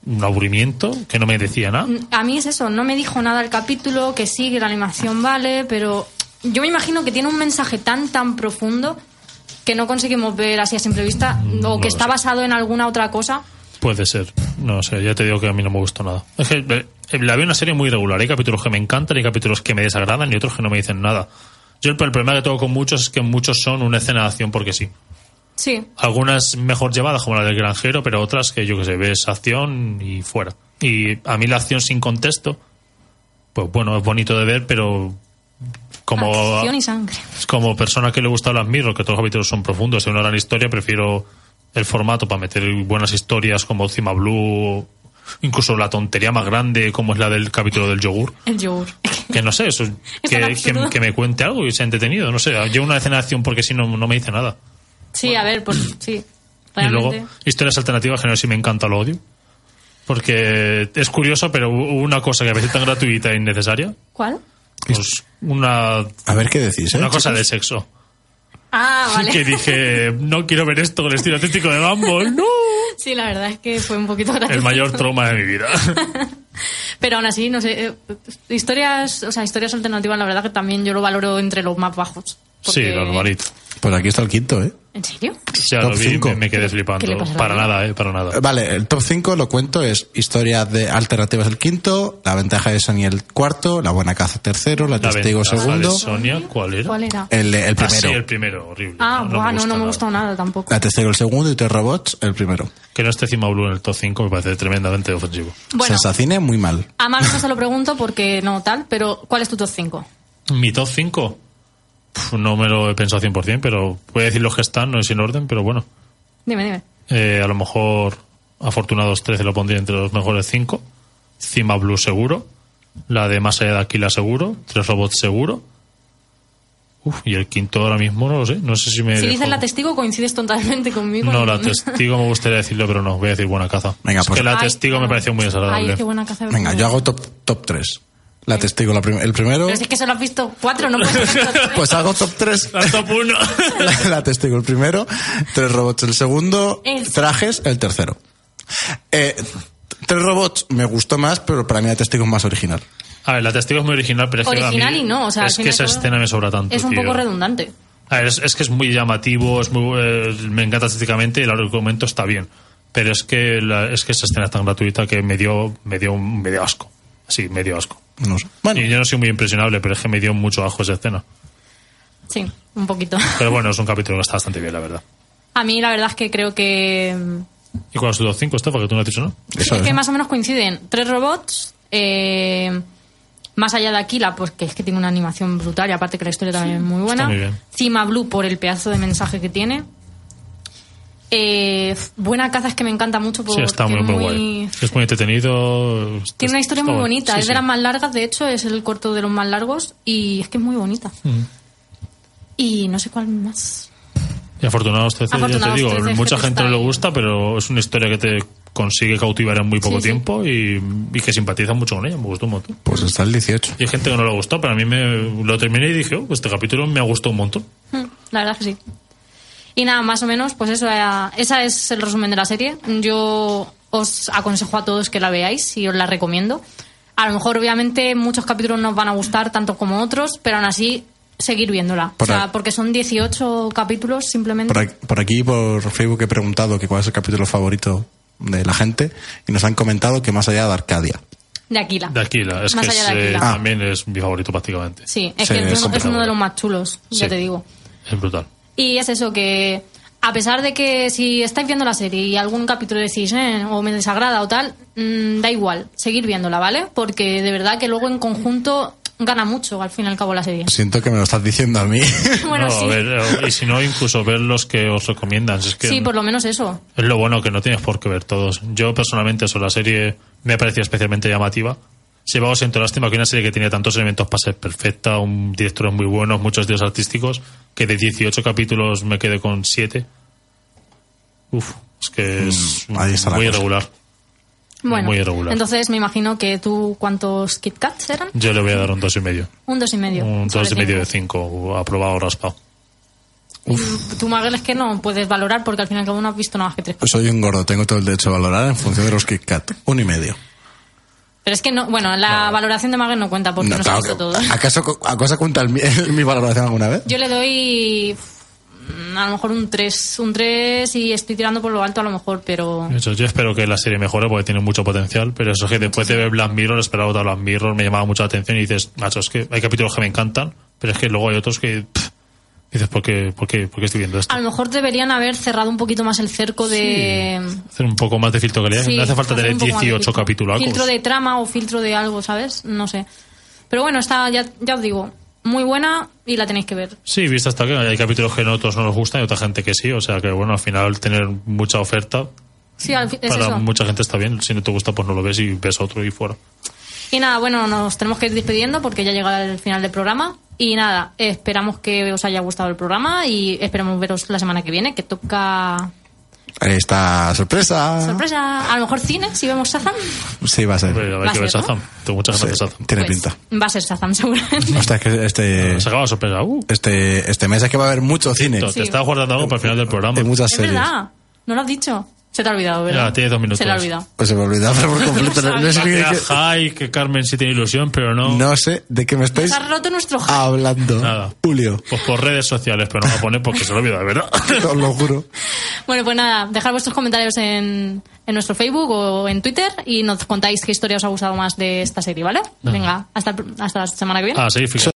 [SPEAKER 2] un aburrimiento, que no me decía nada.
[SPEAKER 1] Mm, A mí es eso, no me dijo nada el capítulo, que sí, que la animación vale, pero yo me imagino que tiene un mensaje tan, tan profundo que no conseguimos ver así a simple vista, o
[SPEAKER 2] Mm, no
[SPEAKER 1] que
[SPEAKER 2] lo
[SPEAKER 1] está
[SPEAKER 2] sé.
[SPEAKER 1] basado en alguna otra cosa.
[SPEAKER 2] Puede ser. No sé, ya te digo que a mí no me gustó nada. Es que eh, la veo una serie muy regular. Hay capítulos que me encantan, hay capítulos que me desagradan y otros que no me dicen nada. Yo el, el problema que tengo con muchos es que muchos son una escena de acción porque sí.
[SPEAKER 1] Sí,
[SPEAKER 2] Algunas mejor llevadas, como la del granjero, pero otras que yo que sé, ves acción y fuera. Y a mí la acción sin contexto, pues bueno, es bonito de ver, pero como
[SPEAKER 1] acción y sangre.
[SPEAKER 2] como persona que le gusta Black Mirror, que todos los capítulos son profundos y una gran historia, prefiero el formato para meter buenas historias como Cima Blue, incluso la tontería más grande como es la del capítulo del yogur.
[SPEAKER 1] El yogur.
[SPEAKER 2] Que no sé, eso es-
[SPEAKER 1] Es
[SPEAKER 2] que,
[SPEAKER 1] tan absurdo.
[SPEAKER 2] que- que me cuente algo y sea entretenido. No sé, yo una escena de acción porque si no, no me dice nada.
[SPEAKER 1] Sí, a ver, pues sí.
[SPEAKER 2] Y
[SPEAKER 1] Realmente.
[SPEAKER 2] luego, historias alternativas que no sé si me encanta lo odio. Porque es curioso, pero hubo una cosa que a veces tan gratuita e innecesaria,
[SPEAKER 1] ¿Cuál?
[SPEAKER 2] pues una,
[SPEAKER 3] A ver qué decís, ¿eh?
[SPEAKER 2] una cosa de sexo.
[SPEAKER 1] Ah, vale.
[SPEAKER 2] que dije, no quiero ver esto con el estilo atlético de Gumball, no.
[SPEAKER 1] Sí, la verdad es que fue un poquito gracioso.
[SPEAKER 2] El mayor trauma de mi vida.
[SPEAKER 1] Pero aún así, no sé, eh, historias, o sea, historias alternativas, la verdad que también yo lo valoro entre los más bajos.
[SPEAKER 2] Sí,
[SPEAKER 1] Porque-
[SPEAKER 2] normalito.
[SPEAKER 3] Pues aquí está el quinto, ¿eh?
[SPEAKER 1] ¿En serio?
[SPEAKER 2] Ya
[SPEAKER 3] Top
[SPEAKER 2] lo vi,
[SPEAKER 3] cinco.
[SPEAKER 2] me, me quedé
[SPEAKER 1] ¿Qué le
[SPEAKER 2] flipando.
[SPEAKER 1] pasa a la
[SPEAKER 2] Para
[SPEAKER 1] vida?
[SPEAKER 2] nada, eh, para nada.
[SPEAKER 3] Vale, el top 5 lo cuento es historias de alternativas el quinto, la ventaja de Sony el cuarto, la buena caza tercero, la,
[SPEAKER 2] La
[SPEAKER 3] testigo
[SPEAKER 2] ventaja
[SPEAKER 3] segundo,
[SPEAKER 2] de Sonia, ¿cuál era?
[SPEAKER 1] ¿Cuál era?
[SPEAKER 3] el, el
[SPEAKER 2] Ah,
[SPEAKER 3] primero,
[SPEAKER 2] sí, el primero, horrible.
[SPEAKER 1] Ah, guau, no, no me gustó
[SPEAKER 2] nada.
[SPEAKER 1] nada tampoco.
[SPEAKER 3] la testigo el segundo y tres robots el primero.
[SPEAKER 2] Que no esté Cima Blue en el top 5 me parece tremendamente ofensivo.
[SPEAKER 1] Bueno,
[SPEAKER 3] Sensacine muy mal.
[SPEAKER 1] a Marco se lo pregunto porque no tal, pero ¿cuál es tu top 5?
[SPEAKER 2] ¿Mi top 5? No me lo he pensado 100%, pero voy a decir los que están, no es en orden, pero bueno.
[SPEAKER 1] Dime, dime.
[SPEAKER 2] Eh, a lo mejor Afortunados 13 lo pondría entre los mejores 5. Cima Blue seguro. La de Más allá de Aquila seguro. Tres robots seguro. Uf, y el quinto ahora mismo no lo sé. No sé si me.
[SPEAKER 1] Si
[SPEAKER 2] dejo-
[SPEAKER 1] dices la testigo, coincides totalmente conmigo.
[SPEAKER 2] Eh, No, la testigo me gustaría decirlo, pero no. Voy a decir buena caza.
[SPEAKER 3] Venga,
[SPEAKER 2] es
[SPEAKER 3] pues-
[SPEAKER 2] que la
[SPEAKER 1] Ay,
[SPEAKER 2] testigo me
[SPEAKER 1] no.
[SPEAKER 2] pareció muy desagradable.
[SPEAKER 1] Ay, qué buena caza. de
[SPEAKER 3] Venga, yo hago top, top 3. La testigo la prim- el primero,
[SPEAKER 1] Pero si es que solo has visto cuatro, no puedes hacer top tres.
[SPEAKER 3] pues hago top 3.
[SPEAKER 2] La top uno.
[SPEAKER 3] la, la testigo el primero, tres robots el segundo,
[SPEAKER 1] El-
[SPEAKER 3] trajes el tercero. Eh, tres robots me gustó más, pero para mí la testigo es más original.
[SPEAKER 2] A ver, la testigo es muy original, pero es que. a
[SPEAKER 1] Original
[SPEAKER 2] mí-
[SPEAKER 1] y no, o sea, al
[SPEAKER 2] Es
[SPEAKER 1] fin
[SPEAKER 2] que
[SPEAKER 1] y al
[SPEAKER 2] esa
[SPEAKER 1] cabo
[SPEAKER 2] escena me sobra tanto.
[SPEAKER 1] Es un
[SPEAKER 2] Pues, tío.
[SPEAKER 1] poco redundante.
[SPEAKER 2] A ver, es, es que es muy llamativo, es muy, eh, me encanta estéticamente y el argumento está bien. Pero es que, la- es que esa escena es tan gratuita que me dio, me dio, un- me dio asco. Sí, me dio asco.
[SPEAKER 3] No sé. Bueno,
[SPEAKER 2] Y yo no soy muy impresionable, pero es que me dio mucho asco esa escena.
[SPEAKER 1] Sí, un poquito.
[SPEAKER 2] Pero bueno, es un capítulo que está bastante bien, la verdad.
[SPEAKER 1] A mí la verdad es que creo que... mm,
[SPEAKER 2] ¿Y cuál es tu top 5, Estefa? Que tú no has dicho, ¿no?
[SPEAKER 3] eso
[SPEAKER 1] es
[SPEAKER 3] es.
[SPEAKER 1] que más o menos coinciden. Tres robots, eh, más allá de Aquila, pues que es que tiene una animación brutal y aparte que la historia también es muy buena.
[SPEAKER 2] está muy bien.
[SPEAKER 1] Cima Blue por el pedazo de mensaje que tiene. Eh, buena caza es que me encanta mucho.
[SPEAKER 2] Sí, está muy, muy, guay. Es muy entretenido.
[SPEAKER 1] Tiene una historia
[SPEAKER 2] está
[SPEAKER 1] muy
[SPEAKER 2] bueno.
[SPEAKER 1] bonita.
[SPEAKER 2] Sí,
[SPEAKER 1] es
[SPEAKER 2] sí.
[SPEAKER 1] de las más largas, de hecho, es el corto de los más largos y es que es muy bonita.
[SPEAKER 2] Mm.
[SPEAKER 1] Y no sé cuál más.
[SPEAKER 2] Y afortunados 13,
[SPEAKER 1] Afortunados
[SPEAKER 2] ya te digo,
[SPEAKER 1] 13,
[SPEAKER 2] mucha
[SPEAKER 1] gente
[SPEAKER 2] gente
[SPEAKER 1] está
[SPEAKER 2] no le
[SPEAKER 1] ahí.
[SPEAKER 2] gusta, pero es una historia que te consigue cautivar en muy poco
[SPEAKER 1] Sí, sí.
[SPEAKER 2] tiempo Y, y que simpatiza mucho con ella, me gustó un montón.
[SPEAKER 3] Pues está el 18.
[SPEAKER 2] Y hay gente que no le gustó, pero a mí me, lo terminé y dije, oh, pues este capítulo me ha gustado un montón.
[SPEAKER 1] Mm, La verdad que sí. Y nada, más o menos, pues eso, era- esa es el resumen de la serie. Yo os aconsejo a todos que la veáis y os la recomiendo. A lo mejor, obviamente, muchos capítulos nos van a gustar tanto como otros, pero aún así seguir viéndola.
[SPEAKER 3] Por
[SPEAKER 1] o sea,
[SPEAKER 3] ahí.
[SPEAKER 1] porque son 18 capítulos simplemente.
[SPEAKER 3] Por aquí, por aquí, por Facebook, he preguntado que cuál es el capítulo favorito de la gente y nos han comentado que más allá de Arcadia.
[SPEAKER 1] De Aquila.
[SPEAKER 2] De Aquila, es
[SPEAKER 1] Más
[SPEAKER 2] que
[SPEAKER 1] allá de
[SPEAKER 2] es, eh,
[SPEAKER 1] Aquila.
[SPEAKER 3] Ah.
[SPEAKER 2] también es mi favorito prácticamente.
[SPEAKER 1] Sí, es
[SPEAKER 3] Sí,
[SPEAKER 1] que es,
[SPEAKER 3] es
[SPEAKER 1] uno- es uno
[SPEAKER 2] complicado.
[SPEAKER 1] de los más chulos, ya
[SPEAKER 2] Sí.
[SPEAKER 1] te digo.
[SPEAKER 2] Es brutal.
[SPEAKER 1] Y es eso, que a pesar de que si estáis viendo la serie y algún capítulo decís, "Eh, o me desagrada o tal, mm, da igual, seguir viéndola, ¿vale? Porque de verdad que luego en conjunto gana mucho al fin y al cabo la serie.
[SPEAKER 3] Siento que me lo estás diciendo a mí.
[SPEAKER 1] Bueno,
[SPEAKER 2] No,
[SPEAKER 1] sí.
[SPEAKER 2] a ver, eh, y si no, incluso ver los que os recomiendan. si es que
[SPEAKER 1] Sí, por lo menos eso.
[SPEAKER 2] Es lo bueno que no tienes por qué ver todos. Yo personalmente, eso, la serie me ha parecido especialmente llamativa. Llevaba siento lástima que una serie que tenía tantos elementos para ser perfecta, un director muy bueno, muchos dios artísticos, que de 18 capítulos me quedé con 7. Uf, es que es
[SPEAKER 3] Mm, ahí está la
[SPEAKER 2] muy
[SPEAKER 3] cosa.
[SPEAKER 2] irregular.
[SPEAKER 1] Bueno,
[SPEAKER 2] Muy irregular.
[SPEAKER 1] entonces me imagino que tú, ¿cuántos Kit Kats eran?
[SPEAKER 2] Yo le voy a dar un dos y medio.
[SPEAKER 1] Un dos y medio.
[SPEAKER 2] Un
[SPEAKER 1] sobre
[SPEAKER 2] dos y medio de
[SPEAKER 1] cinco.
[SPEAKER 2] 5, aprobado raspado.
[SPEAKER 1] Tú, Miguel, es que no puedes valorar porque al fin y al cabo no has visto nada más que tres.
[SPEAKER 3] Soy un gordo, tengo todo el derecho a valorar en función de los Kit Kat. Uno y medio.
[SPEAKER 1] Pero es que no, bueno, la valoración de Miguel no cuenta porque no, se ha
[SPEAKER 3] claro
[SPEAKER 1] visto todo.
[SPEAKER 3] que- ¿Acaso co- acaso cuenta el mi, mi valoración alguna vez?
[SPEAKER 1] Yo le doy mm, a lo mejor un 3, un 3 y estoy tirando por lo alto a lo mejor, pero
[SPEAKER 2] Eso, yo espero que la serie mejore porque tiene mucho potencial, pero eso es que después de ver Black Mirror, esperaba otra Black Mirror, me llamaba mucho la atención y dices, macho, es que hay capítulos que me encantan, pero es que luego hay otros que pff, dices, ¿por qué, por, qué, por qué estoy viendo esto?
[SPEAKER 1] a lo mejor deberían haber cerrado un poquito más el cerco de...
[SPEAKER 2] Hacer un poco más de filtro que le
[SPEAKER 1] Sí,
[SPEAKER 2] No hace falta
[SPEAKER 1] hacer
[SPEAKER 2] tener
[SPEAKER 1] un poco más de
[SPEAKER 2] 18
[SPEAKER 1] filtro.
[SPEAKER 2] capítulos.
[SPEAKER 1] Filtro de trama o filtro de algo, ¿sabes? No sé. Pero bueno, está, ya, ya os digo, muy buena y la tenéis que ver.
[SPEAKER 2] Sí, viste hasta que hay capítulos que a otros no nos gustan y otra gente que sí, o sea que bueno, al final tener mucha oferta
[SPEAKER 1] Sí, al fin- es
[SPEAKER 2] para
[SPEAKER 1] eso.
[SPEAKER 2] mucha gente está bien, si no te gusta pues no lo ves y ves otro y fuera.
[SPEAKER 1] Y nada, bueno, nos tenemos que ir despidiendo porque ya llega el final del programa. Y nada, esperamos que os haya gustado el programa y esperamos veros la semana que viene, que toca
[SPEAKER 3] Ahí está, sorpresa.
[SPEAKER 1] Sorpresa. A lo mejor cine, si vemos Shazam.
[SPEAKER 3] Sí, va a ser.
[SPEAKER 2] Pero
[SPEAKER 1] Va
[SPEAKER 2] a ver
[SPEAKER 1] a
[SPEAKER 2] qué ves
[SPEAKER 1] ser, ¿no?
[SPEAKER 2] Shazam. Tengo muchas
[SPEAKER 3] Sí,
[SPEAKER 2] ganas de Shazam.
[SPEAKER 3] tiene
[SPEAKER 1] Pues,
[SPEAKER 3] pinta.
[SPEAKER 1] Va a ser Shazam, seguramente.
[SPEAKER 3] Hasta que este,
[SPEAKER 2] Se acaba la sorpresa. Uh.
[SPEAKER 3] este, este mes es que va a haber mucho cine
[SPEAKER 2] Te estaba guardando algo para el final del programa.
[SPEAKER 3] y muchas
[SPEAKER 1] Es
[SPEAKER 3] series.
[SPEAKER 1] verdad. No lo has dicho. Se te ha olvidado, ¿verdad?
[SPEAKER 2] Ya, tienes dos minutos.
[SPEAKER 1] Se te ha olvidado.
[SPEAKER 3] Pues se me olvidaba por completo. No, no sé, qué-
[SPEAKER 2] Gracias,
[SPEAKER 3] qué-
[SPEAKER 2] Jai, Ah, que Carmen sí tiene ilusión, pero no.
[SPEAKER 3] no sé de qué me estáis
[SPEAKER 1] Se ha roto nuestro
[SPEAKER 3] Ah.
[SPEAKER 1] hype.
[SPEAKER 3] hablando.
[SPEAKER 2] Nada.
[SPEAKER 3] Julio,
[SPEAKER 2] Pues por redes sociales, pero no la pone porque se lo olvida, de verdad.
[SPEAKER 3] os lo juro.
[SPEAKER 1] Bueno, pues nada, dejad vuestros comentarios en, en nuestro Facebook o en Twitter y nos contáis qué historia os ha gustado más de esta serie, ¿vale? Venga, hasta, el pr- hasta la semana que viene.
[SPEAKER 2] Ah, sí, fíjate.